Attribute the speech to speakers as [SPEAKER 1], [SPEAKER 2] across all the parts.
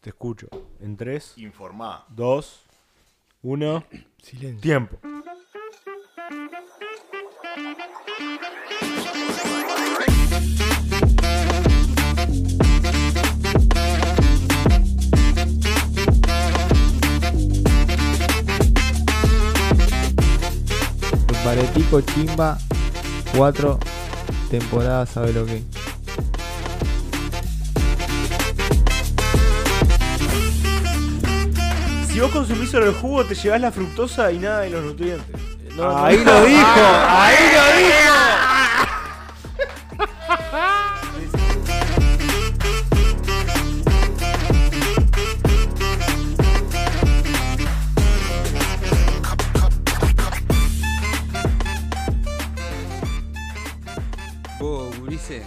[SPEAKER 1] Te escucho. En 3,
[SPEAKER 2] Informá.
[SPEAKER 1] 2, 1.
[SPEAKER 3] Silencio.
[SPEAKER 1] Tiempo.
[SPEAKER 4] Baretico Chimba, 4 temporadas, sabe lo que.
[SPEAKER 1] Si vos consumís solo el jugo, te llevás la fructosa y nada de los nutrientes.
[SPEAKER 4] ahí lo dijo, ahí lo dijo.
[SPEAKER 5] Vos, Ulises,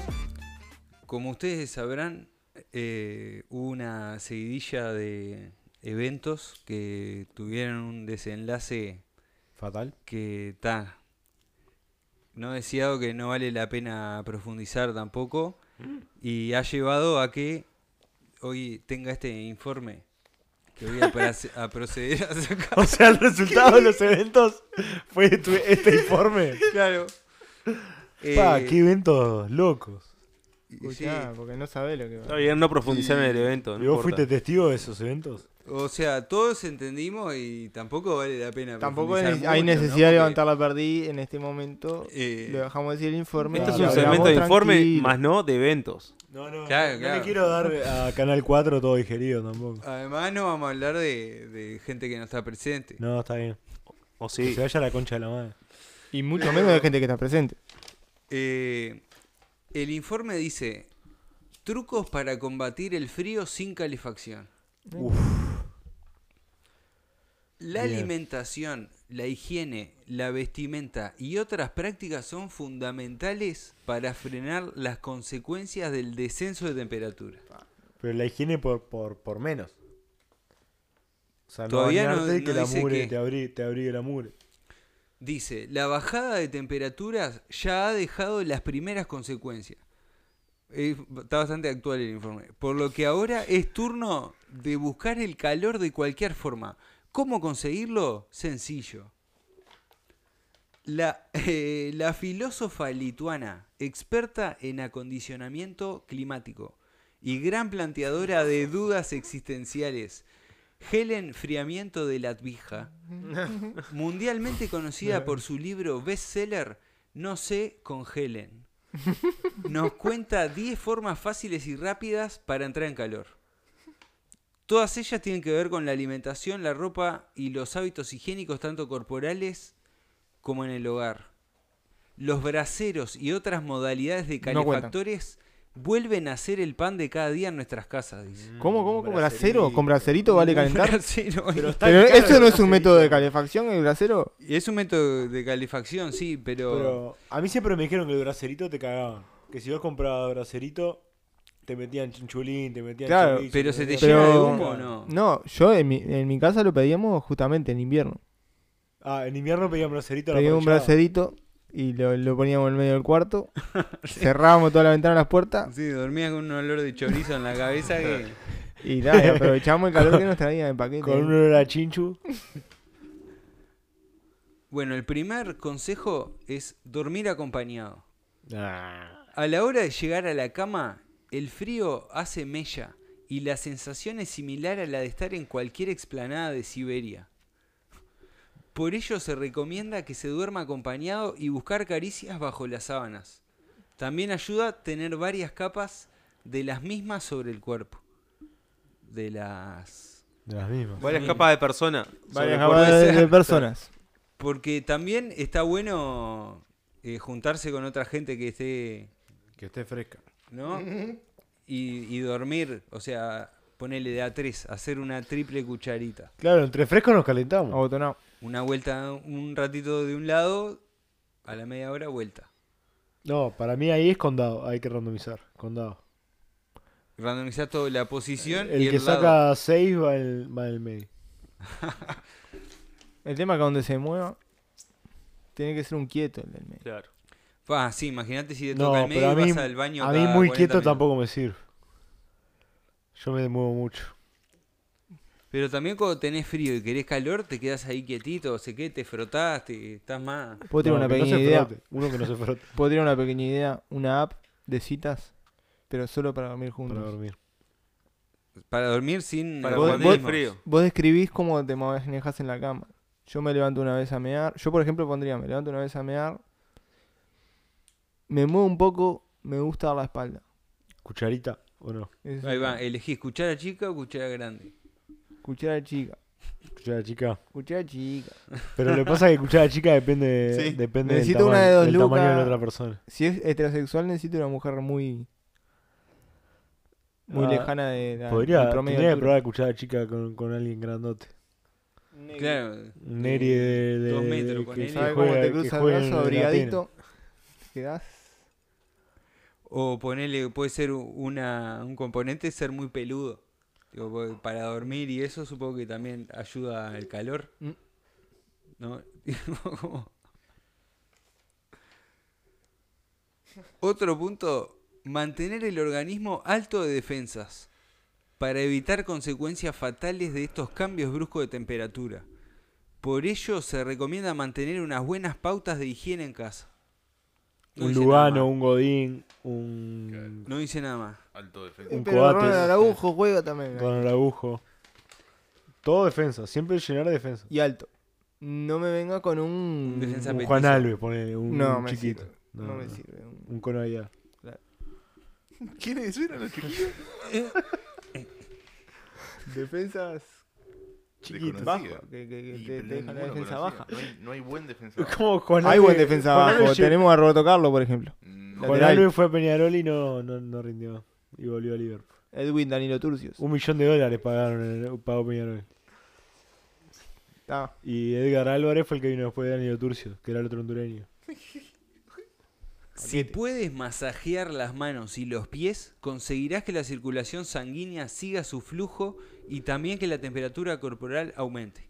[SPEAKER 5] como ustedes sabrán, eh, hubo una seguidilla de eventos que tuvieron un desenlace
[SPEAKER 1] Fatal.
[SPEAKER 5] que está. No deseado que no vale la pena profundizar tampoco. Y ha llevado a que hoy tenga este informe que voy a, proce- a proceder a sacar.
[SPEAKER 1] O sea, el resultado de los eventos fue tu- este informe.
[SPEAKER 5] Claro.
[SPEAKER 1] Pa,
[SPEAKER 5] Eh,
[SPEAKER 1] qué eventos locos.
[SPEAKER 5] sí.
[SPEAKER 4] Escuchá, porque no sabe lo que
[SPEAKER 6] Está
[SPEAKER 4] va.
[SPEAKER 6] bien, no profundizaron en el evento. No
[SPEAKER 1] ¿Y vos
[SPEAKER 6] importa.
[SPEAKER 1] fuiste testigo de esos eventos?
[SPEAKER 5] O sea, todos entendimos y tampoco vale la pena.
[SPEAKER 4] Tampoco
[SPEAKER 5] profundizar
[SPEAKER 4] ne- hay
[SPEAKER 5] mucho, ¿no?
[SPEAKER 4] necesidad de
[SPEAKER 5] Porque-
[SPEAKER 4] levantar la perdí en este momento.
[SPEAKER 5] Eh,
[SPEAKER 4] Le dejamos decir el informe.
[SPEAKER 6] Esto Este
[SPEAKER 4] y
[SPEAKER 6] es un
[SPEAKER 1] Claro,
[SPEAKER 6] segmento
[SPEAKER 4] hablamos
[SPEAKER 6] de informe,
[SPEAKER 4] tranquilo.
[SPEAKER 6] más no de eventos.
[SPEAKER 1] No, no.
[SPEAKER 5] Claro,
[SPEAKER 1] no
[SPEAKER 5] claro.
[SPEAKER 1] le quiero dar a Canal 4 todo digerido tampoco.
[SPEAKER 5] Además, no vamos a hablar de, de gente que no está presente.
[SPEAKER 1] No, está bien.
[SPEAKER 6] O
[SPEAKER 1] Que
[SPEAKER 6] sí.
[SPEAKER 1] se vaya a la concha de la madre.
[SPEAKER 4] Y mucho menos de gente que está presente.
[SPEAKER 5] Eh, el informe dice: trucos para combatir el frío sin calefacción.
[SPEAKER 1] Uf.
[SPEAKER 5] La
[SPEAKER 1] Bien.
[SPEAKER 5] alimentación, la higiene, la vestimenta y otras prácticas son fundamentales para frenar las consecuencias del descenso de temperatura.
[SPEAKER 1] Pero la higiene por, por, por menos. O sea, no
[SPEAKER 5] Todavía no-
[SPEAKER 1] bañarte y que
[SPEAKER 5] no
[SPEAKER 1] la
[SPEAKER 5] dice
[SPEAKER 1] mugre
[SPEAKER 5] qué.
[SPEAKER 1] te abrigue, te abrigue la mugre.
[SPEAKER 5] Dice, la bajada de temperaturas ya ha dejado las primeras consecuencias. Es- está bastante actual el informe. Por lo que ahora es turno de buscar el calor de cualquier forma. ¿Cómo conseguirlo? Sencillo. La, eh, la filósofa lituana, experta en acondicionamiento climático y gran planteadora de dudas existenciales, Helen Friamiento de Latvija, mundialmente conocida por su libro bestseller No se congelen, nos cuenta 10 formas fáciles y rápidas para entrar en calor. Todas ellas tienen que ver con la alimentación, la ropa y los hábitos higiénicos tanto corporales como en el hogar. Los braseros y otras modalidades de
[SPEAKER 4] No cuentan.
[SPEAKER 5] calefactores vuelven a ser el pan de cada día en nuestras casas, dice.
[SPEAKER 1] Mm,
[SPEAKER 4] ¿Cómo, cómo? ¿Con brasero? ¿Con braserito vale
[SPEAKER 5] Un
[SPEAKER 4] calentar?
[SPEAKER 5] brasero,
[SPEAKER 1] Pero está
[SPEAKER 4] Pero
[SPEAKER 1] caro
[SPEAKER 4] eso
[SPEAKER 1] el
[SPEAKER 4] no es un
[SPEAKER 1] braserito.
[SPEAKER 4] método de calefacción, el brasero.
[SPEAKER 5] Y Es un método de calefacción, sí, pero,
[SPEAKER 1] Pero a mí siempre me dijeron que el bracerito te cagaban. Que si vos comprabas bracerito, te metían chinchulín, te metían
[SPEAKER 4] Claro,
[SPEAKER 1] chorizo,
[SPEAKER 5] pero se te
[SPEAKER 1] metían-
[SPEAKER 5] llena de
[SPEAKER 4] Pero-
[SPEAKER 5] humo o no.
[SPEAKER 4] No, yo en mi, en mi casa lo pedíamos justamente en invierno.
[SPEAKER 1] Ah, en invierno pedían bracerito a la
[SPEAKER 4] Pedíamos un
[SPEAKER 1] parrillada.
[SPEAKER 4] braserito y lo, lo poníamos en medio del cuarto. cerrábamos toda la ventana, las puertas
[SPEAKER 5] Sí, dormía con un olor de chorizo en la cabeza que
[SPEAKER 4] y nada, y aprovechábamos el calor que nos traía en paquete.
[SPEAKER 1] Con un olor a chinchu.
[SPEAKER 5] Bueno, el primer consejo es dormir acompañado. A la hora de llegar a la cama, el frío hace mella y la sensación es similar a la de estar en cualquier explanada de Siberia. Por ello se recomienda que se duerma acompañado y buscar caricias bajo las sábanas. También ayuda a tener varias capas de las mismas sobre el cuerpo. De las...
[SPEAKER 1] De las mismas.
[SPEAKER 6] Varias capas de persona.
[SPEAKER 4] Varias
[SPEAKER 5] sobre el cuerpo.
[SPEAKER 4] de, de personas.
[SPEAKER 5] Porque también está bueno eh, juntarse con otra gente que esté
[SPEAKER 1] Que esté fresca.
[SPEAKER 5] ¿no? Y, y dormir, o sea, ponerle de a tres, hacer una triple cucharita.
[SPEAKER 1] Claro, entre frescos nos calentamos.
[SPEAKER 4] Abotonado.
[SPEAKER 5] Una vuelta, un ratito de un lado, a la media hora vuelta.
[SPEAKER 1] No, para mí ahí es condado. Hay que randomizar. Condado.
[SPEAKER 5] Randomizás toda la posición
[SPEAKER 1] El
[SPEAKER 5] y el
[SPEAKER 1] que
[SPEAKER 5] lado.
[SPEAKER 1] saca 6 va en va en el medio.
[SPEAKER 4] El tema es que donde se mueva tiene que ser un quieto el del medio.
[SPEAKER 6] Claro.
[SPEAKER 5] Pa, sí, imagínate si te
[SPEAKER 1] No,
[SPEAKER 5] toca el medio
[SPEAKER 1] pero a
[SPEAKER 5] y
[SPEAKER 1] mí,
[SPEAKER 5] vas al baño
[SPEAKER 1] a mí
[SPEAKER 5] cada
[SPEAKER 1] muy
[SPEAKER 5] 40
[SPEAKER 1] quieto
[SPEAKER 5] minutos.
[SPEAKER 1] tampoco me sirve. Yo me muevo mucho.
[SPEAKER 5] Pero también cuando tenés frío y querés calor, te quedás ahí quietito, sé qué, te frotás, te, estás más.
[SPEAKER 4] ¿Puedo tirar
[SPEAKER 1] No,
[SPEAKER 4] una
[SPEAKER 1] que no
[SPEAKER 4] pequeña
[SPEAKER 1] se
[SPEAKER 4] idea?
[SPEAKER 1] frote, Uno que no se frote
[SPEAKER 4] ¿Puedo tirar una pequeña idea? Una app de citas, pero solo para dormir juntos.
[SPEAKER 1] para dormir.
[SPEAKER 5] Para dormir sin.
[SPEAKER 6] Para
[SPEAKER 4] vos-
[SPEAKER 6] cuando tenés
[SPEAKER 4] vos-
[SPEAKER 6] frío.
[SPEAKER 4] Vos describís cómo te manejas en la cama. Yo me levanto una vez a mear. Yo, por ejemplo, pondría, me levanto una vez a mear. Me muevo un poco, me gusta dar la espalda.
[SPEAKER 1] ¿Cucharita o no?
[SPEAKER 4] Eso.
[SPEAKER 5] Ahí va, elegís cuchara chica o cuchara grande.
[SPEAKER 4] Cuchara chica.
[SPEAKER 1] Cuchara chica.
[SPEAKER 4] Cuchara chica.
[SPEAKER 1] Pero le pasa que cuchara chica depende,
[SPEAKER 6] Sí.
[SPEAKER 1] depende
[SPEAKER 4] Necesito
[SPEAKER 1] del, tamaño,
[SPEAKER 4] una de dos
[SPEAKER 1] del tamaño de la
[SPEAKER 4] lucas.
[SPEAKER 1] otra persona.
[SPEAKER 4] Si es heterosexual, necesito una mujer muy. Muy
[SPEAKER 1] Ah,
[SPEAKER 4] lejana de la,
[SPEAKER 1] Podría
[SPEAKER 4] del
[SPEAKER 1] tendría
[SPEAKER 4] promedio. de
[SPEAKER 1] que
[SPEAKER 4] altura.
[SPEAKER 1] probar cuchara chica con, con alguien grandote.
[SPEAKER 5] Claro.
[SPEAKER 1] Un Neri de, de-
[SPEAKER 5] Dos metros,
[SPEAKER 1] de-
[SPEAKER 5] ponele.
[SPEAKER 1] que
[SPEAKER 4] ¿Sabes
[SPEAKER 5] que
[SPEAKER 4] cómo
[SPEAKER 1] juega-
[SPEAKER 4] te
[SPEAKER 1] que
[SPEAKER 4] cruza el
[SPEAKER 1] juega en
[SPEAKER 4] brazo
[SPEAKER 1] la arena.
[SPEAKER 4] abrigadito? Te quedás.
[SPEAKER 5] O ponerle, puede ser u- una, un componente ser muy peludo. Tipo, po- para dormir y eso supongo que también ayuda al calor.
[SPEAKER 4] Mm.
[SPEAKER 5] ¿No? Tipo, como- Otro punto, mantener el organismo alto de defensas para evitar consecuencias fatales de estos cambios bruscos de temperatura. Por ello se recomienda mantener unas buenas pautas de higiene en casa. No
[SPEAKER 1] Un
[SPEAKER 5] dice nada
[SPEAKER 1] Lugano,
[SPEAKER 5] más.
[SPEAKER 1] un Godín, un
[SPEAKER 5] No dice nada más.
[SPEAKER 2] Alto defensa.
[SPEAKER 1] Un
[SPEAKER 4] Pero
[SPEAKER 1] coate.
[SPEAKER 4] Ronald Araujo juega también. ¿eh?
[SPEAKER 1] Don Araujo. Todo defensa, siempre llenar de defensa.
[SPEAKER 4] Y alto. No me venga con un.
[SPEAKER 5] Un defensa
[SPEAKER 1] Un
[SPEAKER 5] petizo.
[SPEAKER 1] Juan Alves, ponele, un,
[SPEAKER 4] No,
[SPEAKER 1] un
[SPEAKER 4] me
[SPEAKER 1] chiquito.
[SPEAKER 4] sirve. No, me sirve.
[SPEAKER 1] Un Conoya.
[SPEAKER 2] ¿Quiénes eran los chiquillos?
[SPEAKER 4] Defensas
[SPEAKER 2] Chiquitos.
[SPEAKER 4] bajas. Que, que- que
[SPEAKER 2] Y-
[SPEAKER 4] te,
[SPEAKER 2] pero
[SPEAKER 4] te dejan la
[SPEAKER 2] ninguno conocía.
[SPEAKER 4] defensa baja.
[SPEAKER 2] No hay, no hay buen defensa baja.
[SPEAKER 1] Como Juan
[SPEAKER 4] Hay buen defensa
[SPEAKER 1] Juan
[SPEAKER 4] bajo.
[SPEAKER 1] Alves llegó-
[SPEAKER 4] Tenemos a Roberto Carlos, por ejemplo.
[SPEAKER 2] Mm,
[SPEAKER 1] Juan
[SPEAKER 4] Lateral.
[SPEAKER 1] Alves fue a Peñarol y no, no, no rindió. Y volvió a Liverpool.
[SPEAKER 4] Edwin Danilo Turcios.
[SPEAKER 1] Un millón de dólares pagaron el- pagó Peñarol.
[SPEAKER 4] Está.
[SPEAKER 1] Y Edgar Álvarez fue el que vino después de Danilo Turcio, que era el otro hondureño.
[SPEAKER 5] Si puedes masajear las manos y los pies, conseguirás que la circulación sanguínea siga su flujo y también que la temperatura corporal aumente.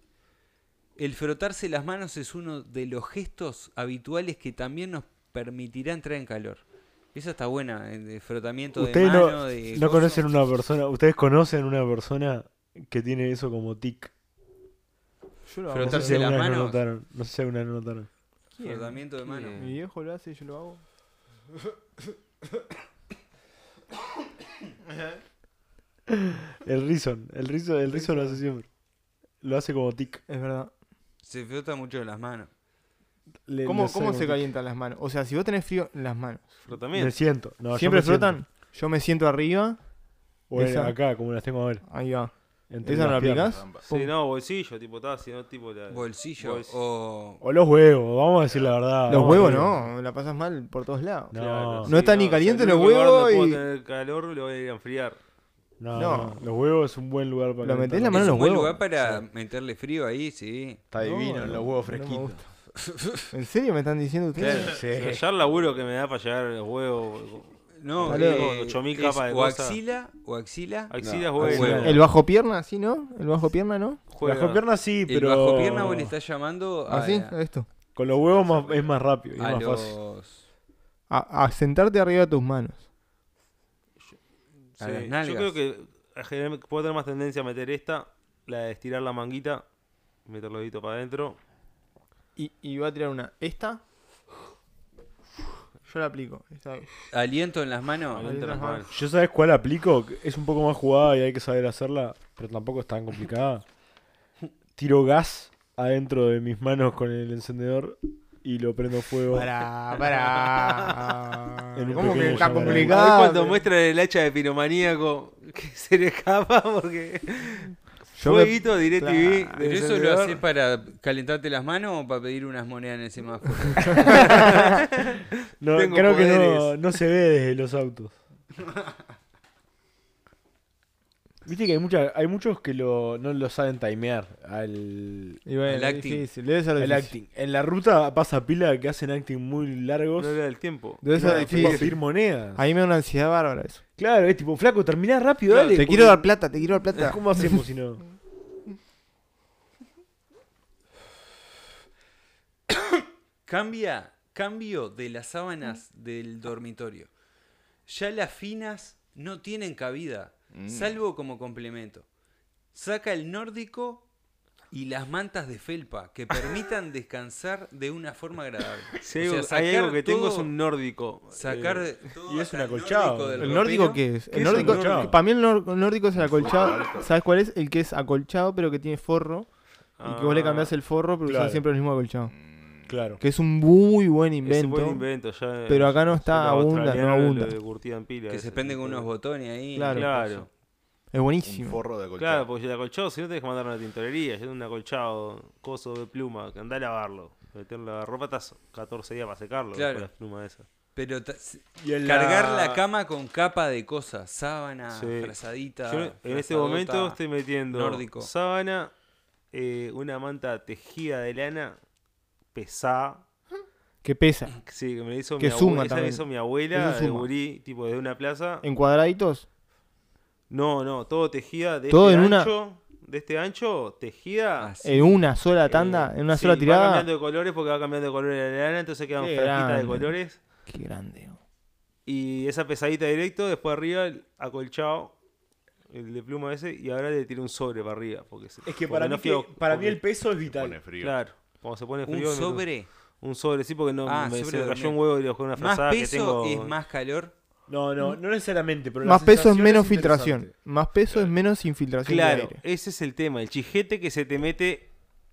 [SPEAKER 5] El frotarse las manos es uno de los gestos habituales que también nos permitirá entrar en calor. Esa está buena, el de frotamiento de
[SPEAKER 1] Ustedes
[SPEAKER 5] mano,
[SPEAKER 1] no,
[SPEAKER 5] de
[SPEAKER 1] no
[SPEAKER 5] coso.
[SPEAKER 1] conocen una persona, ustedes conocen una persona que tiene eso como tic.
[SPEAKER 4] Yo lo
[SPEAKER 1] No
[SPEAKER 4] hago.
[SPEAKER 1] sé
[SPEAKER 5] Frotarse
[SPEAKER 1] si
[SPEAKER 5] las
[SPEAKER 1] alguna vez lo
[SPEAKER 5] manos.
[SPEAKER 1] notaron. No sé si alguna vez lo notaron.
[SPEAKER 5] Frotamiento de mano.
[SPEAKER 4] Mi viejo lo hace, yo lo hago.
[SPEAKER 1] El Rison, el Rison, el Rison lo hace siempre. Lo hace como tic.
[SPEAKER 4] Es verdad.
[SPEAKER 5] Se frota mucho las manos.
[SPEAKER 1] Le-
[SPEAKER 4] ¿Cómo,
[SPEAKER 1] le hace
[SPEAKER 4] cómo
[SPEAKER 1] como
[SPEAKER 4] se
[SPEAKER 1] tic.
[SPEAKER 4] calientan las manos? O sea, si vos tenés frío en las manos.
[SPEAKER 1] Me
[SPEAKER 6] Frotamiento.
[SPEAKER 1] siento. No, yo
[SPEAKER 4] ¿Siempre
[SPEAKER 1] me siento.
[SPEAKER 4] flotan? Yo me siento arriba.
[SPEAKER 1] O en-
[SPEAKER 4] Esa.
[SPEAKER 1] acá, como las tengo ahora.
[SPEAKER 4] Ahí va.
[SPEAKER 1] Entre
[SPEAKER 4] ¿Esa no
[SPEAKER 1] las
[SPEAKER 4] la
[SPEAKER 1] piernas.
[SPEAKER 4] aplicás?
[SPEAKER 2] ambas.
[SPEAKER 6] Sí, no, bolsillo, tipo, está haciendo tipo la.
[SPEAKER 5] Bolsillo
[SPEAKER 6] Bols-
[SPEAKER 5] o...
[SPEAKER 1] O los huevos, vamos a decir la verdad.
[SPEAKER 4] Los
[SPEAKER 1] vamos a
[SPEAKER 4] huevos
[SPEAKER 1] decir-
[SPEAKER 4] no, la pasas mal por todos lados.
[SPEAKER 1] Ah, No.
[SPEAKER 6] Claro,
[SPEAKER 1] No
[SPEAKER 6] sí,
[SPEAKER 4] está ni
[SPEAKER 6] o sea,
[SPEAKER 4] caliente
[SPEAKER 6] el
[SPEAKER 4] los
[SPEAKER 6] único lugar
[SPEAKER 4] huevos
[SPEAKER 6] donde puedo
[SPEAKER 4] y-
[SPEAKER 6] tener calor lo voy a ir a enfriar.
[SPEAKER 1] No,
[SPEAKER 4] No.
[SPEAKER 1] no, Los huevos es un buen lugar para.
[SPEAKER 4] Lo metés
[SPEAKER 1] calentar
[SPEAKER 4] la
[SPEAKER 5] Es
[SPEAKER 4] mano
[SPEAKER 5] un
[SPEAKER 4] en los
[SPEAKER 5] buen
[SPEAKER 4] huevos.
[SPEAKER 5] lugar para meterle frío ahí, sí.
[SPEAKER 2] Está divino,
[SPEAKER 4] No,
[SPEAKER 2] los
[SPEAKER 4] no,
[SPEAKER 2] huevos
[SPEAKER 4] no me
[SPEAKER 2] fresquitos.
[SPEAKER 4] gusta. ¿En serio me están diciendo ustedes?
[SPEAKER 6] Claro, sí. Ya el laburo que me da para llegar a los huevos.
[SPEAKER 5] No,
[SPEAKER 4] Dale.
[SPEAKER 5] eh,
[SPEAKER 6] 8000
[SPEAKER 5] es
[SPEAKER 6] capas de
[SPEAKER 5] o
[SPEAKER 6] cosas.
[SPEAKER 5] axila, o axila,
[SPEAKER 6] Axilas,
[SPEAKER 2] No,
[SPEAKER 6] huevos.
[SPEAKER 5] huevo.
[SPEAKER 4] El bajo pierna, sí, ¿no? El bajo pierna, ¿no?
[SPEAKER 1] La
[SPEAKER 6] Juega.
[SPEAKER 1] jopierna sí,
[SPEAKER 5] El
[SPEAKER 1] pero.
[SPEAKER 5] bajo pierna vos le estás llamando a,
[SPEAKER 4] Así, a esto.
[SPEAKER 1] Con los huevos más- es más rápido y
[SPEAKER 5] a
[SPEAKER 1] más
[SPEAKER 5] los...
[SPEAKER 1] fácil.
[SPEAKER 4] A, a sentarte arriba de tus manos.
[SPEAKER 5] a las
[SPEAKER 6] Sí,
[SPEAKER 5] nalgas.
[SPEAKER 6] Yo creo que a general- puedo tener más tendencia a meter esta, la de estirar la manguita, meter el dedito para adentro.
[SPEAKER 4] Y, y voy a tirar una. ¿Esta? Yo la aplico. Esta-
[SPEAKER 5] Aliento en las manos.
[SPEAKER 6] adentro
[SPEAKER 4] las
[SPEAKER 6] las
[SPEAKER 4] manos.
[SPEAKER 6] manos.
[SPEAKER 1] Yo sabes cuál aplico, Que es un poco más jugada y hay que saber hacerla, pero tampoco es tan complicada. Tiro gas adentro de mis manos con el encendedor y lo prendo fuego.
[SPEAKER 4] Pará, pará.
[SPEAKER 1] En un
[SPEAKER 4] ¿Cómo que
[SPEAKER 1] pequeño
[SPEAKER 4] está
[SPEAKER 1] llamado.
[SPEAKER 6] A ver
[SPEAKER 4] complicado?
[SPEAKER 6] cuando muestra el hacha de piromaníaco que se le escapa porque
[SPEAKER 4] Yo me-
[SPEAKER 6] fueguito DirecTV
[SPEAKER 4] Claro,
[SPEAKER 6] del
[SPEAKER 5] ¿Pero eso lo
[SPEAKER 6] encendedor.
[SPEAKER 5] haces para calentarte las manos o para pedir unas monedas en el semáforo?
[SPEAKER 1] No,
[SPEAKER 6] Tengo
[SPEAKER 1] creo que no,
[SPEAKER 6] poderes.
[SPEAKER 1] no se ve desde los autos. Viste que hay, mucha, hay muchos que lo, no lo saben timear al
[SPEAKER 4] Y bueno,
[SPEAKER 5] El
[SPEAKER 4] es
[SPEAKER 5] acting.
[SPEAKER 4] difícil, debe ser
[SPEAKER 1] el
[SPEAKER 4] difícil.
[SPEAKER 1] acting. En la ruta pasa pila que hacen acting muy largos.
[SPEAKER 6] No le da el tiempo.
[SPEAKER 4] Debe ser
[SPEAKER 1] Claro, tipo, a
[SPEAKER 4] difícil.
[SPEAKER 1] pedir monedas.
[SPEAKER 4] A mí me da una ansiedad bárbara eso.
[SPEAKER 1] Claro, es tipo, flaco, terminá rápido,
[SPEAKER 6] Claro,
[SPEAKER 1] dale.
[SPEAKER 4] Te quiero dar plata, te quiero dar plata.
[SPEAKER 1] ¿Cómo hacemos si no?
[SPEAKER 5] Cambia, cambio de las sábanas del dormitorio. Ya las finas no tienen cabida,
[SPEAKER 2] Mm.
[SPEAKER 5] salvo como complemento. Saca el nórdico y las mantas de felpa que permitan descansar de una forma agradable.
[SPEAKER 6] Si
[SPEAKER 5] O
[SPEAKER 6] hay,
[SPEAKER 5] sea,
[SPEAKER 6] algo- hay algo
[SPEAKER 5] sacar
[SPEAKER 6] que tengo es
[SPEAKER 5] todo-
[SPEAKER 6] un nórdico.
[SPEAKER 5] Sacar
[SPEAKER 6] Eh,
[SPEAKER 5] todo
[SPEAKER 1] y es
[SPEAKER 5] hasta
[SPEAKER 1] un
[SPEAKER 5] el
[SPEAKER 1] acolchado.
[SPEAKER 5] nórdico del
[SPEAKER 4] ¿El nórdico
[SPEAKER 5] ropero.
[SPEAKER 4] qué es?
[SPEAKER 1] ¿Qué es
[SPEAKER 4] el
[SPEAKER 1] el
[SPEAKER 4] nórdico,
[SPEAKER 1] nórdico?
[SPEAKER 4] Para mí el, nor- el nórdico es el acolchado. ¿Sabes cuál es? El que es acolchado pero que tiene forro. Y que vos le
[SPEAKER 6] ah,
[SPEAKER 4] cambiás el forro pero
[SPEAKER 1] Claro.
[SPEAKER 4] usás siempre el mismo acolchado.
[SPEAKER 1] Claro.
[SPEAKER 4] Que es un muy buen
[SPEAKER 6] es un
[SPEAKER 4] invento.
[SPEAKER 6] buen invento, ya,
[SPEAKER 4] pero acá no
[SPEAKER 6] ya
[SPEAKER 4] está,
[SPEAKER 6] los
[SPEAKER 4] abunda,
[SPEAKER 6] australianos
[SPEAKER 4] no
[SPEAKER 6] lo-
[SPEAKER 4] abunda.
[SPEAKER 6] lo curtían pila
[SPEAKER 5] Que
[SPEAKER 6] ese
[SPEAKER 5] se prende con
[SPEAKER 6] tipo.
[SPEAKER 5] unos botones ahí.
[SPEAKER 4] Claro.
[SPEAKER 6] Claro.
[SPEAKER 4] Es
[SPEAKER 2] Un
[SPEAKER 4] buenísimo.
[SPEAKER 2] forro de colchón.
[SPEAKER 6] Claro, porque el acolchado, si no tenés que mandar a una tintorería, yo tengo un acolchado, coso de pluma, que andá a lavarlo. Meterlo a la ropa, estás 14 días para secarlo
[SPEAKER 5] Claro.
[SPEAKER 6] con las plumas esas.
[SPEAKER 5] Pero ta- s-
[SPEAKER 1] Y en la-
[SPEAKER 5] cargar la cama con capa de cosas, sábana,
[SPEAKER 6] Sí.
[SPEAKER 5] frazadita.
[SPEAKER 6] Yo en este
[SPEAKER 5] frazadota.
[SPEAKER 6] momento estoy metiendo
[SPEAKER 5] nórdico.
[SPEAKER 6] sábana, eh, una manta tejida de lana, pesada.
[SPEAKER 4] Que pesa.
[SPEAKER 6] que Sí, que me la hizo
[SPEAKER 4] Que
[SPEAKER 6] mi
[SPEAKER 4] suma
[SPEAKER 6] abuela. Esa me
[SPEAKER 4] también.
[SPEAKER 6] hizo mi abuela,
[SPEAKER 4] Eso
[SPEAKER 6] de
[SPEAKER 4] suma.
[SPEAKER 6] gurí, tipo de una plaza.
[SPEAKER 4] En cuadraditos.
[SPEAKER 6] No, no, todo tejida de
[SPEAKER 4] Todo
[SPEAKER 6] este
[SPEAKER 4] en una-
[SPEAKER 6] ancho. De este ancho, tejida.
[SPEAKER 5] Ah, sí.
[SPEAKER 4] En una sola tanda.
[SPEAKER 6] eh,
[SPEAKER 4] en una
[SPEAKER 6] sí,
[SPEAKER 4] sola
[SPEAKER 6] Va
[SPEAKER 4] tirada.
[SPEAKER 6] cambiando de colores porque va cambiando de colores la lana, entonces quedan
[SPEAKER 4] Qué
[SPEAKER 6] franjitas de
[SPEAKER 4] grande.
[SPEAKER 6] colores.
[SPEAKER 4] Qué grande. oh.
[SPEAKER 6] Y esa pesadita directo, después arriba, el acolchado, el de pluma ese, y ahora le tiro un sobre para arriba. Porque se-
[SPEAKER 1] Es que
[SPEAKER 6] porque
[SPEAKER 1] para,
[SPEAKER 6] no
[SPEAKER 1] mí,
[SPEAKER 6] fío-
[SPEAKER 1] que- para mí
[SPEAKER 6] porque-
[SPEAKER 1] el peso es vital.
[SPEAKER 2] Pone frío.
[SPEAKER 6] Claro, cuando se pone frío.
[SPEAKER 5] Un
[SPEAKER 6] me-
[SPEAKER 5] sobre.
[SPEAKER 6] Un sobre, sí, porque no
[SPEAKER 5] Ah,
[SPEAKER 6] me, se
[SPEAKER 5] sobre
[SPEAKER 6] me cayó
[SPEAKER 5] dormir.
[SPEAKER 6] un huevo y le dejé una
[SPEAKER 5] Más
[SPEAKER 6] frazada que
[SPEAKER 5] peso
[SPEAKER 6] tengo.
[SPEAKER 5] es más calor.
[SPEAKER 1] No, no, no necesariamente. Pero la
[SPEAKER 4] Más peso es
[SPEAKER 1] sensación
[SPEAKER 4] menos
[SPEAKER 1] interesante.
[SPEAKER 4] filtración. Más peso es menos infiltración de
[SPEAKER 6] Claro,
[SPEAKER 4] aire.
[SPEAKER 6] ese es el tema, el chijete que se te mete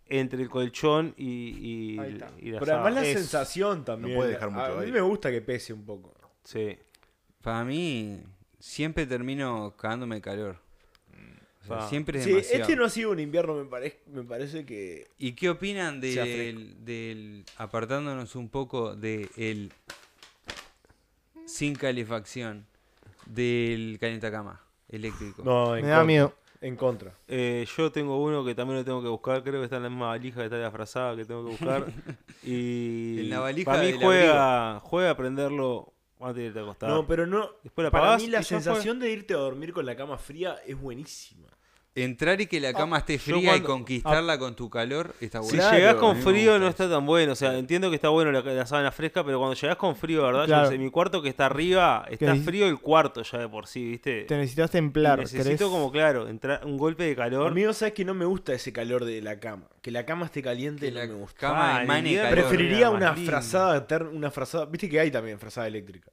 [SPEAKER 6] entre el colchón y, y,
[SPEAKER 4] Ahí está.
[SPEAKER 6] y la
[SPEAKER 1] Pero además la
[SPEAKER 6] sábana. Es-
[SPEAKER 1] sensación también.
[SPEAKER 2] puede dejar mucho
[SPEAKER 1] A mí
[SPEAKER 2] aire.
[SPEAKER 1] me gusta que pese un poco.
[SPEAKER 6] Sí.
[SPEAKER 5] Para mí, siempre termino cagándome de calor. O sea,
[SPEAKER 6] Pa.
[SPEAKER 5] siempre es
[SPEAKER 1] Sí,
[SPEAKER 5] demasiado.
[SPEAKER 1] este no ha sido un invierno, me, parece me parece que.
[SPEAKER 5] ¿Y qué opinan
[SPEAKER 1] Sea fresco.
[SPEAKER 5] del, del- apartándonos un poco del el sin calefacción, del calentacama eléctrico?
[SPEAKER 1] No, en
[SPEAKER 4] Me da
[SPEAKER 1] contra.
[SPEAKER 4] miedo.
[SPEAKER 1] En contra.
[SPEAKER 6] Eh, yo tengo uno que también lo tengo que buscar, creo que está en la misma valija que está la frazada que tengo que buscar. y
[SPEAKER 5] En la valija
[SPEAKER 6] para mí
[SPEAKER 5] del
[SPEAKER 6] juega, juega a prenderlo antes de irte a acostar.
[SPEAKER 1] No, pero no.
[SPEAKER 6] Después la
[SPEAKER 1] Para
[SPEAKER 6] apagás
[SPEAKER 1] mí la
[SPEAKER 6] y ya fue.
[SPEAKER 1] sensación de irte a dormir con la cama fría es buenísima.
[SPEAKER 5] Entrar y que la cama esté
[SPEAKER 6] Ah, yo
[SPEAKER 5] fría y
[SPEAKER 6] cuando-
[SPEAKER 5] conquistarla con tu calor está
[SPEAKER 6] Si
[SPEAKER 5] bueno.
[SPEAKER 1] Claro,
[SPEAKER 6] llegás
[SPEAKER 1] a
[SPEAKER 6] con
[SPEAKER 1] mí me
[SPEAKER 6] frío
[SPEAKER 1] gusta
[SPEAKER 6] no está tan bueno, o sea, entiendo que está bueno la, la sábana fresca, pero cuando llegás con frío, ¿verdad? Yo
[SPEAKER 4] Claro.
[SPEAKER 6] no sé, mi cuarto que está arriba, está
[SPEAKER 4] neces-
[SPEAKER 6] frío el cuarto ya de por sí, ¿viste?
[SPEAKER 4] Te necesitas
[SPEAKER 6] Y
[SPEAKER 4] templar.
[SPEAKER 6] necesito
[SPEAKER 4] querés-
[SPEAKER 6] como, claro, entrar un golpe de calor.
[SPEAKER 1] Amigo, sabes que no me gusta ese calor de la cama. Que la cama esté caliente
[SPEAKER 5] Que
[SPEAKER 1] no
[SPEAKER 5] la
[SPEAKER 1] me gusta.
[SPEAKER 5] cama
[SPEAKER 6] Ah,
[SPEAKER 5] emane
[SPEAKER 6] el invierno-
[SPEAKER 5] calor,
[SPEAKER 1] Preferiría
[SPEAKER 6] Más
[SPEAKER 1] una
[SPEAKER 6] lindo.
[SPEAKER 1] frazada, ter- una frazada. Viste que hay también frazada eléctrica.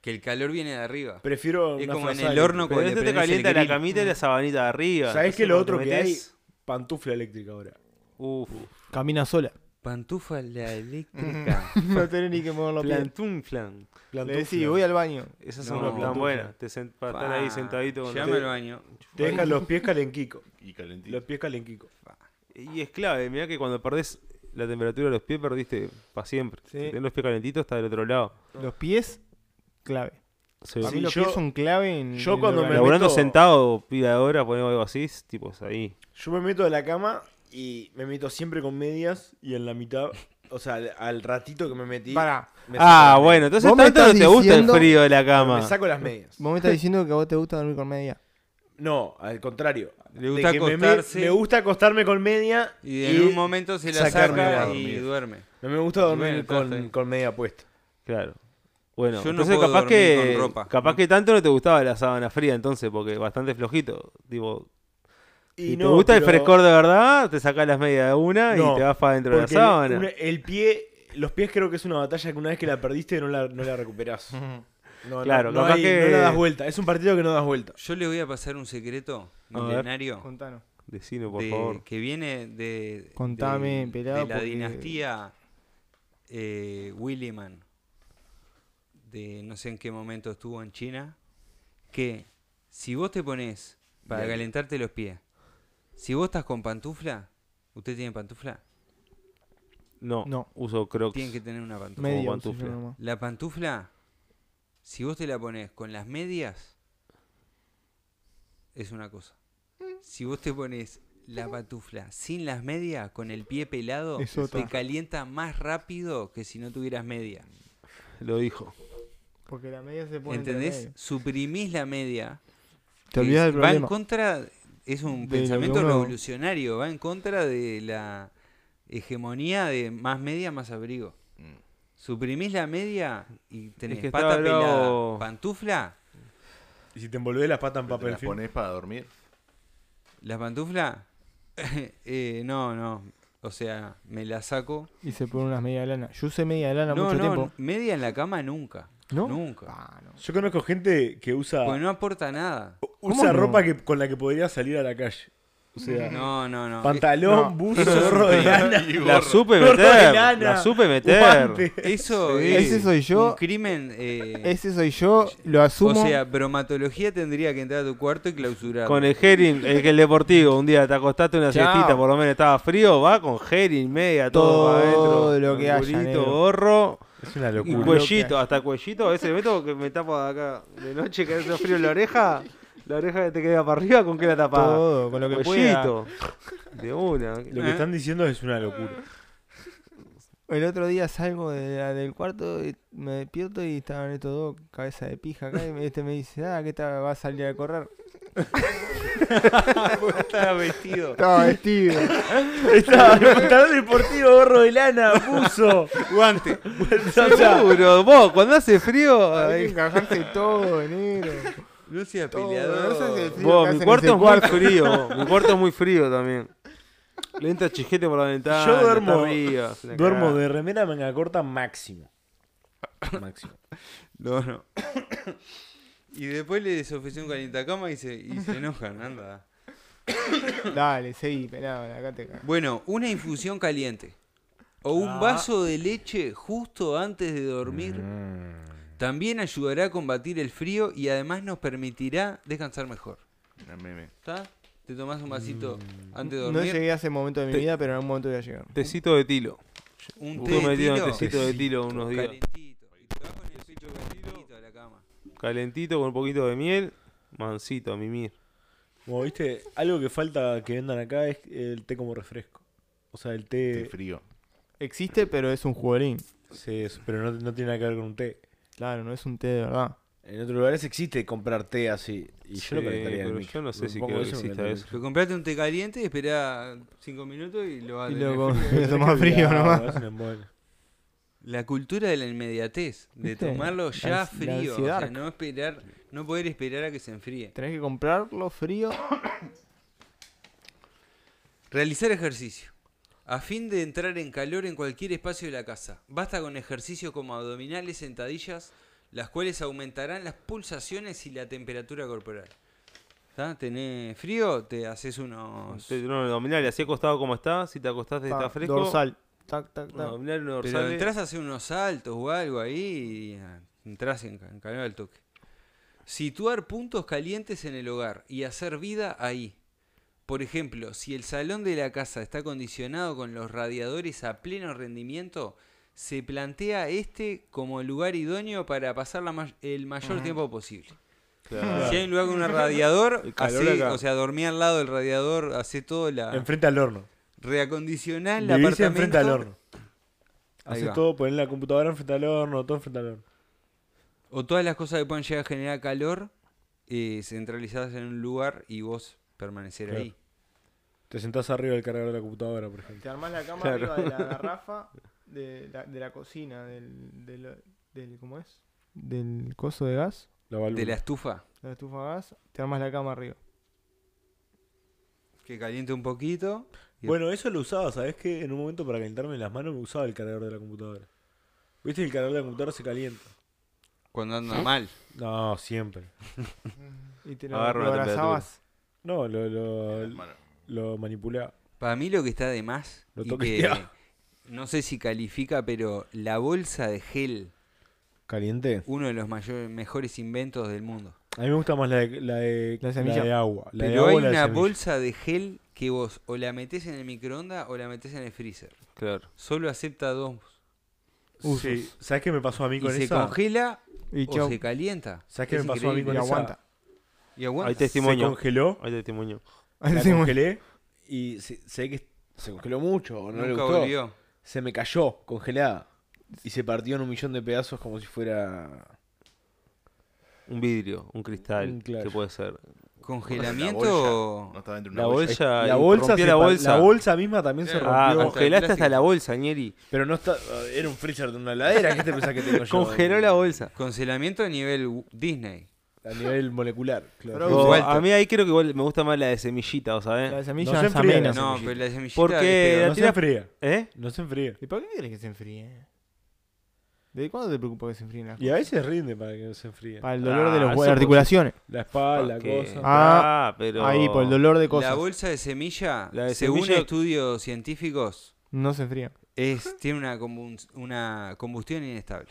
[SPEAKER 5] que el calor viene de arriba.
[SPEAKER 1] Prefiero
[SPEAKER 5] Es
[SPEAKER 1] una
[SPEAKER 5] como en
[SPEAKER 1] frazada
[SPEAKER 5] el horno
[SPEAKER 1] eléctrica.
[SPEAKER 6] Pero
[SPEAKER 5] cuando le
[SPEAKER 6] este te
[SPEAKER 5] prendés el
[SPEAKER 6] calienta la
[SPEAKER 5] grill.
[SPEAKER 6] camita y la sabanita de arriba.
[SPEAKER 1] ¿Sabés que
[SPEAKER 6] Entonces,
[SPEAKER 1] lo
[SPEAKER 6] cuando
[SPEAKER 1] otro
[SPEAKER 6] te
[SPEAKER 1] que hay?
[SPEAKER 6] metés,
[SPEAKER 1] Pantufla eléctrica ahora.
[SPEAKER 6] Uf,
[SPEAKER 4] Camina sola.
[SPEAKER 5] Pantufa la eléctrica.
[SPEAKER 4] no tenés ni que mover los pies.
[SPEAKER 6] plantum, flan.
[SPEAKER 4] Le
[SPEAKER 1] Plantufla.
[SPEAKER 4] decís, voy al baño.
[SPEAKER 6] Esas
[SPEAKER 5] No,
[SPEAKER 6] son las
[SPEAKER 5] plantufla.
[SPEAKER 6] tan buenas. Te sent- para estar ahí
[SPEAKER 5] Pa,
[SPEAKER 6] sentadito con
[SPEAKER 5] Llame al baño.
[SPEAKER 1] Te dejan los pies calenquico.
[SPEAKER 2] Y calentito.
[SPEAKER 1] Los pies calenquico.
[SPEAKER 6] Y es clave, mirá que cuando perdés la temperatura de los pies, perdiste para siempre.
[SPEAKER 4] Sí.
[SPEAKER 6] Si tenés los pies calentitos, está del otro lado.
[SPEAKER 4] Los pies, clave.
[SPEAKER 6] Sí.
[SPEAKER 4] Para
[SPEAKER 1] Sí,
[SPEAKER 4] mí los
[SPEAKER 1] yo-
[SPEAKER 4] pies son clave en.
[SPEAKER 1] yo
[SPEAKER 4] en el
[SPEAKER 1] cuando me-
[SPEAKER 4] hogar.
[SPEAKER 6] Laburando
[SPEAKER 1] meto-
[SPEAKER 6] sentado, pila de hora, ponemos algo así, tipo es ahí.
[SPEAKER 1] Yo me meto de la cama y me meto siempre con medias y en la mitad, o sea, al, al ratito que me metí.
[SPEAKER 4] Pará.
[SPEAKER 1] me saco
[SPEAKER 6] Ah,
[SPEAKER 1] las
[SPEAKER 6] bueno, entonces
[SPEAKER 4] Vos me
[SPEAKER 6] tanto no
[SPEAKER 4] estás
[SPEAKER 6] te gusta el
[SPEAKER 4] diciendo-
[SPEAKER 6] frío de la
[SPEAKER 1] medias.
[SPEAKER 6] cama.
[SPEAKER 1] Me saco las medias.
[SPEAKER 4] Vos me estás diciendo que a vos te gusta dormir con media.
[SPEAKER 1] No, al contrario.
[SPEAKER 5] Le
[SPEAKER 1] De
[SPEAKER 5] gusta
[SPEAKER 1] que me me-
[SPEAKER 5] acostarse.
[SPEAKER 1] Me, gusta acostarme con media
[SPEAKER 5] Y en un momento se la
[SPEAKER 1] sacarme a
[SPEAKER 5] saca y
[SPEAKER 1] dormir.
[SPEAKER 5] duerme.
[SPEAKER 1] No me gusta dormir
[SPEAKER 5] Bueno, está
[SPEAKER 1] con,
[SPEAKER 5] bien.
[SPEAKER 1] con media puesta.
[SPEAKER 6] Claro. Bueno,
[SPEAKER 5] Yo no
[SPEAKER 6] entonces
[SPEAKER 5] puedo
[SPEAKER 6] capaz
[SPEAKER 5] dormir
[SPEAKER 6] que
[SPEAKER 5] con ropa.
[SPEAKER 6] capaz que tanto no te gustaba la sábana fría entonces, porque bastante flojito, tipo, si te
[SPEAKER 1] no,
[SPEAKER 6] gusta el
[SPEAKER 1] pero-
[SPEAKER 6] frescor de verdad, te sacás las medias de una
[SPEAKER 1] No,
[SPEAKER 6] y te vas para dentro de la
[SPEAKER 1] porque el-
[SPEAKER 6] sábana.
[SPEAKER 1] un- el pie, los pies creo que es una batalla que una vez que la perdiste no la, no la recuperás. No,
[SPEAKER 6] Claro,
[SPEAKER 1] no, no,
[SPEAKER 6] capaz
[SPEAKER 1] hay-
[SPEAKER 6] que-
[SPEAKER 1] no la das vuelta. Es un partido que no das vuelta.
[SPEAKER 5] Yo le voy a pasar un secreto
[SPEAKER 6] A ver.
[SPEAKER 5] milenario
[SPEAKER 4] Contanos.
[SPEAKER 6] Decino, por
[SPEAKER 5] de-
[SPEAKER 6] favor.
[SPEAKER 5] que viene de,
[SPEAKER 4] Contame,
[SPEAKER 5] de-
[SPEAKER 4] pelado,
[SPEAKER 5] de la
[SPEAKER 4] porque-
[SPEAKER 5] dinastía eh, Williman. De no sé en qué momento estuvo en China. Que si vos te pones para
[SPEAKER 2] Bien.
[SPEAKER 5] calentarte los pies, si vos estás con pantufla, ¿usted tiene pantufla?
[SPEAKER 6] No,
[SPEAKER 4] No.
[SPEAKER 6] uso crocs.
[SPEAKER 5] Tienen que tener una pantufla.
[SPEAKER 4] Media. uso yo
[SPEAKER 6] pantufla.
[SPEAKER 4] nomás.
[SPEAKER 5] La pantufla, si vos te la pones con las medias, es una cosa. Si vos te pones la pantufla sin las medias, con el pie pelado,
[SPEAKER 4] Es
[SPEAKER 5] te
[SPEAKER 4] otra.
[SPEAKER 5] calienta más rápido que si no tuvieras media.
[SPEAKER 6] Lo dijo.
[SPEAKER 4] Porque la media se pone. entre
[SPEAKER 5] ¿Entendés?
[SPEAKER 4] medio.
[SPEAKER 5] Suprimís la media.
[SPEAKER 4] Te
[SPEAKER 5] que
[SPEAKER 4] olvidas del
[SPEAKER 5] va en
[SPEAKER 4] problema.
[SPEAKER 5] contra, es un
[SPEAKER 4] De lo que
[SPEAKER 5] pensamiento
[SPEAKER 4] uno-
[SPEAKER 5] revolucionario, va en contra de la hegemonía de más media, más abrigo.
[SPEAKER 2] Mm.
[SPEAKER 5] Suprimís la media y tenés
[SPEAKER 6] que está
[SPEAKER 5] pata pelada,
[SPEAKER 6] bravo.
[SPEAKER 5] pantufla.
[SPEAKER 1] Y si te envolvés las patas en
[SPEAKER 2] Pero te
[SPEAKER 1] papel
[SPEAKER 2] las
[SPEAKER 1] film.
[SPEAKER 2] pones para dormir.
[SPEAKER 5] ¿Las pantuflas? Eh, no, no. O sea, me las saco.
[SPEAKER 4] Y se pone unas media de lana. Yo usé media de lana
[SPEAKER 5] no,
[SPEAKER 4] mucho
[SPEAKER 5] no,
[SPEAKER 4] tiempo.
[SPEAKER 5] media en la cama nunca.
[SPEAKER 4] ¿No?
[SPEAKER 5] Nunca.
[SPEAKER 4] Ah, no.
[SPEAKER 1] Yo conozco gente que usa,
[SPEAKER 5] Porque no aporta nada.
[SPEAKER 1] usa
[SPEAKER 4] no?
[SPEAKER 1] ropa que, con la que podría salir a la calle. O sea,
[SPEAKER 5] No, no, no.
[SPEAKER 1] pantalón,
[SPEAKER 4] No.
[SPEAKER 1] buzo, gorro de lana.
[SPEAKER 6] La supe
[SPEAKER 1] gorro de
[SPEAKER 6] meter.
[SPEAKER 1] lana,
[SPEAKER 6] La supe
[SPEAKER 1] guante.
[SPEAKER 6] meter.
[SPEAKER 5] Eh, Eso
[SPEAKER 4] Sí.
[SPEAKER 5] es
[SPEAKER 4] Ese soy yo.
[SPEAKER 5] un crimen. eh,
[SPEAKER 4] Ese soy yo, lo
[SPEAKER 5] o
[SPEAKER 4] asumo.
[SPEAKER 5] sea, bromatología tendría que entrar a tu cuarto y clausurar.
[SPEAKER 6] Con el herring, el que el deportivo, un día te acostaste una
[SPEAKER 4] Chao.
[SPEAKER 6] siestita, por lo menos estaba frío, va con herring, media,
[SPEAKER 4] Todo
[SPEAKER 6] todo, para adentro.
[SPEAKER 4] lo que haya,
[SPEAKER 6] Culito,
[SPEAKER 4] negro.
[SPEAKER 6] gorro,
[SPEAKER 1] Es una
[SPEAKER 6] y
[SPEAKER 1] locura.
[SPEAKER 6] cuellito, hasta cuellito, ese meto que me tapa acá de noche que hace frío en la oreja, la oreja que te queda para arriba, ¿con qué la tapas?
[SPEAKER 4] Todo, con lo que pueda.
[SPEAKER 6] cuellito. De una.
[SPEAKER 1] Lo que están diciendo es una locura.
[SPEAKER 4] El otro día salgo de la- del cuarto, y me despierto y estaban estos dos, cabeza de pija acá, y me- este me dice, ah, que te va a salir a correr.
[SPEAKER 5] está vestido.
[SPEAKER 4] Estaba vestido.
[SPEAKER 1] Estaba el pantalón deportivo, gorro de lana, buzo.
[SPEAKER 5] Guante.
[SPEAKER 1] O sea,
[SPEAKER 6] Seguro, vos, cuando hace frío,
[SPEAKER 4] Hay que
[SPEAKER 6] ahí-
[SPEAKER 4] encajarse todo, negro.
[SPEAKER 5] No seas
[SPEAKER 4] Todo,
[SPEAKER 5] peleador.
[SPEAKER 4] no seas el-
[SPEAKER 6] Vos,
[SPEAKER 4] que
[SPEAKER 6] mi
[SPEAKER 4] hacen
[SPEAKER 6] cuarto
[SPEAKER 4] ese
[SPEAKER 6] es muy
[SPEAKER 4] cuarto.
[SPEAKER 6] frío. Mi cuarto es muy frío también. Le entra chijete por la ventana.
[SPEAKER 1] Yo duermo-
[SPEAKER 6] está arriba, es una
[SPEAKER 1] duermo
[SPEAKER 6] cagada.
[SPEAKER 1] de remera manga corta máximo. Máximo.
[SPEAKER 5] No, no. Y después les ofreció un calentacama y se, y se enojan, anda.
[SPEAKER 4] Dale, seguí, pelado, acá te cago.
[SPEAKER 5] Bueno, una infusión caliente. O un vaso de leche justo antes de dormir también ayudará a combatir el frío y además nos permitirá descansar mejor.
[SPEAKER 2] Una meme.
[SPEAKER 5] ¿Está? Te tomás un vasito antes de
[SPEAKER 4] No
[SPEAKER 5] dormir.
[SPEAKER 4] llegué a ese momento de mi
[SPEAKER 6] Te-
[SPEAKER 4] vida, pero en algún momento voy a llegar.
[SPEAKER 6] Tecito de tilo.
[SPEAKER 5] un té
[SPEAKER 6] Estuve
[SPEAKER 5] de
[SPEAKER 6] metido en
[SPEAKER 5] tilo,
[SPEAKER 6] tecito de tilo unos días.
[SPEAKER 5] calentito. Y te vas con el pecho calentito a la cama.
[SPEAKER 6] Calentito con un poquito de miel. Mansito, a mimir.
[SPEAKER 1] Como viste, algo que falta que vendan acá es el té como refresco. O sea, el
[SPEAKER 2] Qué
[SPEAKER 1] té.
[SPEAKER 2] frío.
[SPEAKER 4] Existe, pero es un jugarín.
[SPEAKER 1] Sí, eso, pero no, no tiene nada que ver con un té.
[SPEAKER 4] Claro, no es un té de verdad.
[SPEAKER 1] En otros lugares existe comprar té así. Y yo lo
[SPEAKER 6] Sí,
[SPEAKER 1] calentaría en el
[SPEAKER 6] pero
[SPEAKER 1] micro.
[SPEAKER 6] yo no sé
[SPEAKER 1] Me
[SPEAKER 6] si
[SPEAKER 1] pongo
[SPEAKER 6] creo
[SPEAKER 1] eso y
[SPEAKER 6] que
[SPEAKER 1] me
[SPEAKER 6] exista
[SPEAKER 1] calento
[SPEAKER 6] eso.
[SPEAKER 5] Pero comprate un té caliente y esperá 5 minutos y lo vas a
[SPEAKER 4] Y
[SPEAKER 5] tener
[SPEAKER 4] luego
[SPEAKER 5] frío.
[SPEAKER 1] el té.
[SPEAKER 4] me toma frío
[SPEAKER 1] Cuidado,
[SPEAKER 4] nomás.
[SPEAKER 1] es un embole.
[SPEAKER 5] La cultura de la inmediatez, de
[SPEAKER 4] ¿Viste?
[SPEAKER 5] tomarlo
[SPEAKER 4] La
[SPEAKER 5] ya
[SPEAKER 4] ansi- la
[SPEAKER 5] frío, o
[SPEAKER 4] ansiedad.
[SPEAKER 5] sea, no esperar, no poder esperar a que se enfríe.
[SPEAKER 4] Tenés que comprarlo frío.
[SPEAKER 5] Realizar ejercicio. A fin de entrar en calor en cualquier espacio de la casa, basta con ejercicios como abdominales, sentadillas, las cuales aumentarán las pulsaciones y la temperatura corporal. ¿Está? ¿Tenés frío? Te haces unos...
[SPEAKER 6] Te- No, abdominal, así acostado como está. Si te acostaste,
[SPEAKER 4] pa,
[SPEAKER 6] está fresco.
[SPEAKER 4] Dorsal. Tac, tac,
[SPEAKER 6] No,
[SPEAKER 4] tac.
[SPEAKER 6] abdominal, no
[SPEAKER 5] Pero
[SPEAKER 6] dorsal.
[SPEAKER 5] entras a hacer unos saltos o algo ahí y ah, entras en, ca- en calor al toque. Situar puntos calientes en el hogar y hacer vida ahí. Por ejemplo, si el salón de la casa está acondicionado con los radiadores a pleno rendimiento, se plantea este como lugar idóneo para pasar la ma- el mayor tiempo posible. Si hay un lugar con un radiador,
[SPEAKER 6] El calor
[SPEAKER 5] hacé-
[SPEAKER 6] acá.
[SPEAKER 5] o sea, dormí al lado del radiador, hace todo
[SPEAKER 6] Ah.
[SPEAKER 5] la...
[SPEAKER 1] Enfrente al horno.
[SPEAKER 5] Reacondicionar el
[SPEAKER 1] Vivís
[SPEAKER 5] apartamento.
[SPEAKER 1] enfrente al horno.
[SPEAKER 5] Ahí
[SPEAKER 1] Haces
[SPEAKER 5] va.
[SPEAKER 1] todo, ponés la computadora enfrente al horno, todo enfrente al horno.
[SPEAKER 5] O todas las cosas que puedan llegar a generar calor eh, centralizadas en un lugar y vos permanecer
[SPEAKER 1] Claro.
[SPEAKER 5] ahí.
[SPEAKER 1] Te sentás arriba del cargador de la computadora, por ejemplo.
[SPEAKER 4] Te armás la cama
[SPEAKER 6] Claro.
[SPEAKER 4] arriba de la garrafa de la, de la cocina, del, del, del- ¿Cómo es? Del coso de gas,
[SPEAKER 1] La válvula.
[SPEAKER 5] De la estufa,
[SPEAKER 4] la estufa de gas. Te armas la cama arriba.
[SPEAKER 5] que caliente un poquito.
[SPEAKER 1] Bueno, eso lo usaba, ¿sabes qué? En un momento para calentarme las manos me usaba el cargador de la computadora. ¿Viste que el cargador de la computadora se calienta?
[SPEAKER 5] Cuando anda mal.
[SPEAKER 1] No, siempre.
[SPEAKER 4] Y te lo,
[SPEAKER 6] Agarra
[SPEAKER 4] lo
[SPEAKER 6] una temperatura.
[SPEAKER 4] abrazabas.
[SPEAKER 1] No, lo, lo,
[SPEAKER 2] Bueno,
[SPEAKER 1] lo manipulaba.
[SPEAKER 5] Para mí lo que está de más,
[SPEAKER 1] Lo
[SPEAKER 5] y
[SPEAKER 1] toqué.
[SPEAKER 5] que, no sé si califica, pero la bolsa de gel,
[SPEAKER 1] ¿Caliente?
[SPEAKER 5] uno de los mayores, mejores inventos del mundo.
[SPEAKER 1] A mí me gusta más la de, la de,
[SPEAKER 4] La semilla.
[SPEAKER 1] de agua. La de
[SPEAKER 5] pero
[SPEAKER 1] agua
[SPEAKER 5] hay
[SPEAKER 1] o la de
[SPEAKER 5] una
[SPEAKER 1] semilla.
[SPEAKER 5] bolsa de gel que vos o la metés en el microondas o la metés en el freezer.
[SPEAKER 6] Claro.
[SPEAKER 5] Solo acepta dos.
[SPEAKER 4] Usos.
[SPEAKER 1] Sí. ¿Sabes qué me pasó a mí
[SPEAKER 5] Y
[SPEAKER 1] con
[SPEAKER 5] se
[SPEAKER 1] esa?
[SPEAKER 5] congela
[SPEAKER 4] Y
[SPEAKER 5] o
[SPEAKER 4] chau.
[SPEAKER 5] se calienta.
[SPEAKER 1] ¿Sabes qué
[SPEAKER 5] Es
[SPEAKER 1] me pasó a mí con
[SPEAKER 5] increíble.
[SPEAKER 4] Y
[SPEAKER 1] esa?
[SPEAKER 4] aguanta.
[SPEAKER 5] Y aguanta.
[SPEAKER 6] Hay testimonio.
[SPEAKER 1] Se congeló,
[SPEAKER 6] Hay testimonio.
[SPEAKER 1] la
[SPEAKER 4] Ah, Sí, bueno.
[SPEAKER 1] congelé y se, se ve que se congeló mucho o no le
[SPEAKER 5] Nunca
[SPEAKER 1] gustó.
[SPEAKER 5] volvió.
[SPEAKER 1] Se me cayó congelada y se partió en un millón de pedazos como si fuera...
[SPEAKER 6] Un vidrio, un
[SPEAKER 1] Un
[SPEAKER 6] cristal.
[SPEAKER 1] clash.
[SPEAKER 6] Que puede ser.
[SPEAKER 2] la
[SPEAKER 5] Congelamiento.
[SPEAKER 2] bolsa. No estaba dentro de una bolsa.
[SPEAKER 6] La bolsa.
[SPEAKER 1] la, bolsa
[SPEAKER 6] rompí
[SPEAKER 1] se
[SPEAKER 6] la
[SPEAKER 1] pa-
[SPEAKER 6] bolsa.
[SPEAKER 1] la bolsa misma también se
[SPEAKER 5] Claro.
[SPEAKER 6] Ah,
[SPEAKER 1] rompió.
[SPEAKER 5] Rompió.
[SPEAKER 6] congelaste hasta
[SPEAKER 5] Plástico.
[SPEAKER 6] la bolsa, Nieri.
[SPEAKER 1] Pero no está. ah, Era un freezer de una heladera. ¿Qué te pensás que tengo yo?
[SPEAKER 6] Congeló la bolsa.
[SPEAKER 5] Congelamiento a nivel Disney.
[SPEAKER 1] a nivel molecular. claro.
[SPEAKER 4] Pero
[SPEAKER 6] O-
[SPEAKER 4] igual
[SPEAKER 6] a mí ahí creo que igual me gusta más la de semillita, ¿o sabes?
[SPEAKER 4] La semilla
[SPEAKER 1] No se
[SPEAKER 4] es
[SPEAKER 1] enfría,
[SPEAKER 4] amena.
[SPEAKER 1] no.
[SPEAKER 5] No,
[SPEAKER 1] semillita.
[SPEAKER 5] pero la semillita.
[SPEAKER 6] Porque
[SPEAKER 5] le pega.
[SPEAKER 1] No
[SPEAKER 6] la
[SPEAKER 1] se
[SPEAKER 6] tira-
[SPEAKER 1] enfría.
[SPEAKER 6] ¿Eh?
[SPEAKER 1] No se enfría.
[SPEAKER 4] ¿Y por qué querés que se enfríe? ¿De cuándo te preocupa que se enfríen las
[SPEAKER 1] Y a veces rinde para que no se enfríe.
[SPEAKER 4] Para el dolor de
[SPEAKER 6] Ah,
[SPEAKER 4] los
[SPEAKER 6] eso
[SPEAKER 4] hue-
[SPEAKER 6] por-
[SPEAKER 4] articulaciones.
[SPEAKER 1] La espalda,
[SPEAKER 6] Porque-
[SPEAKER 1] cosas.
[SPEAKER 6] Ah, pero.
[SPEAKER 4] Ahí, por el dolor de
[SPEAKER 5] La
[SPEAKER 4] cosas.
[SPEAKER 5] bolsa de semilla,
[SPEAKER 6] La de
[SPEAKER 5] según
[SPEAKER 6] semilla-
[SPEAKER 5] estudios científicos,
[SPEAKER 4] No se enfría.
[SPEAKER 5] es, tiene una, combun- una combustión inestable.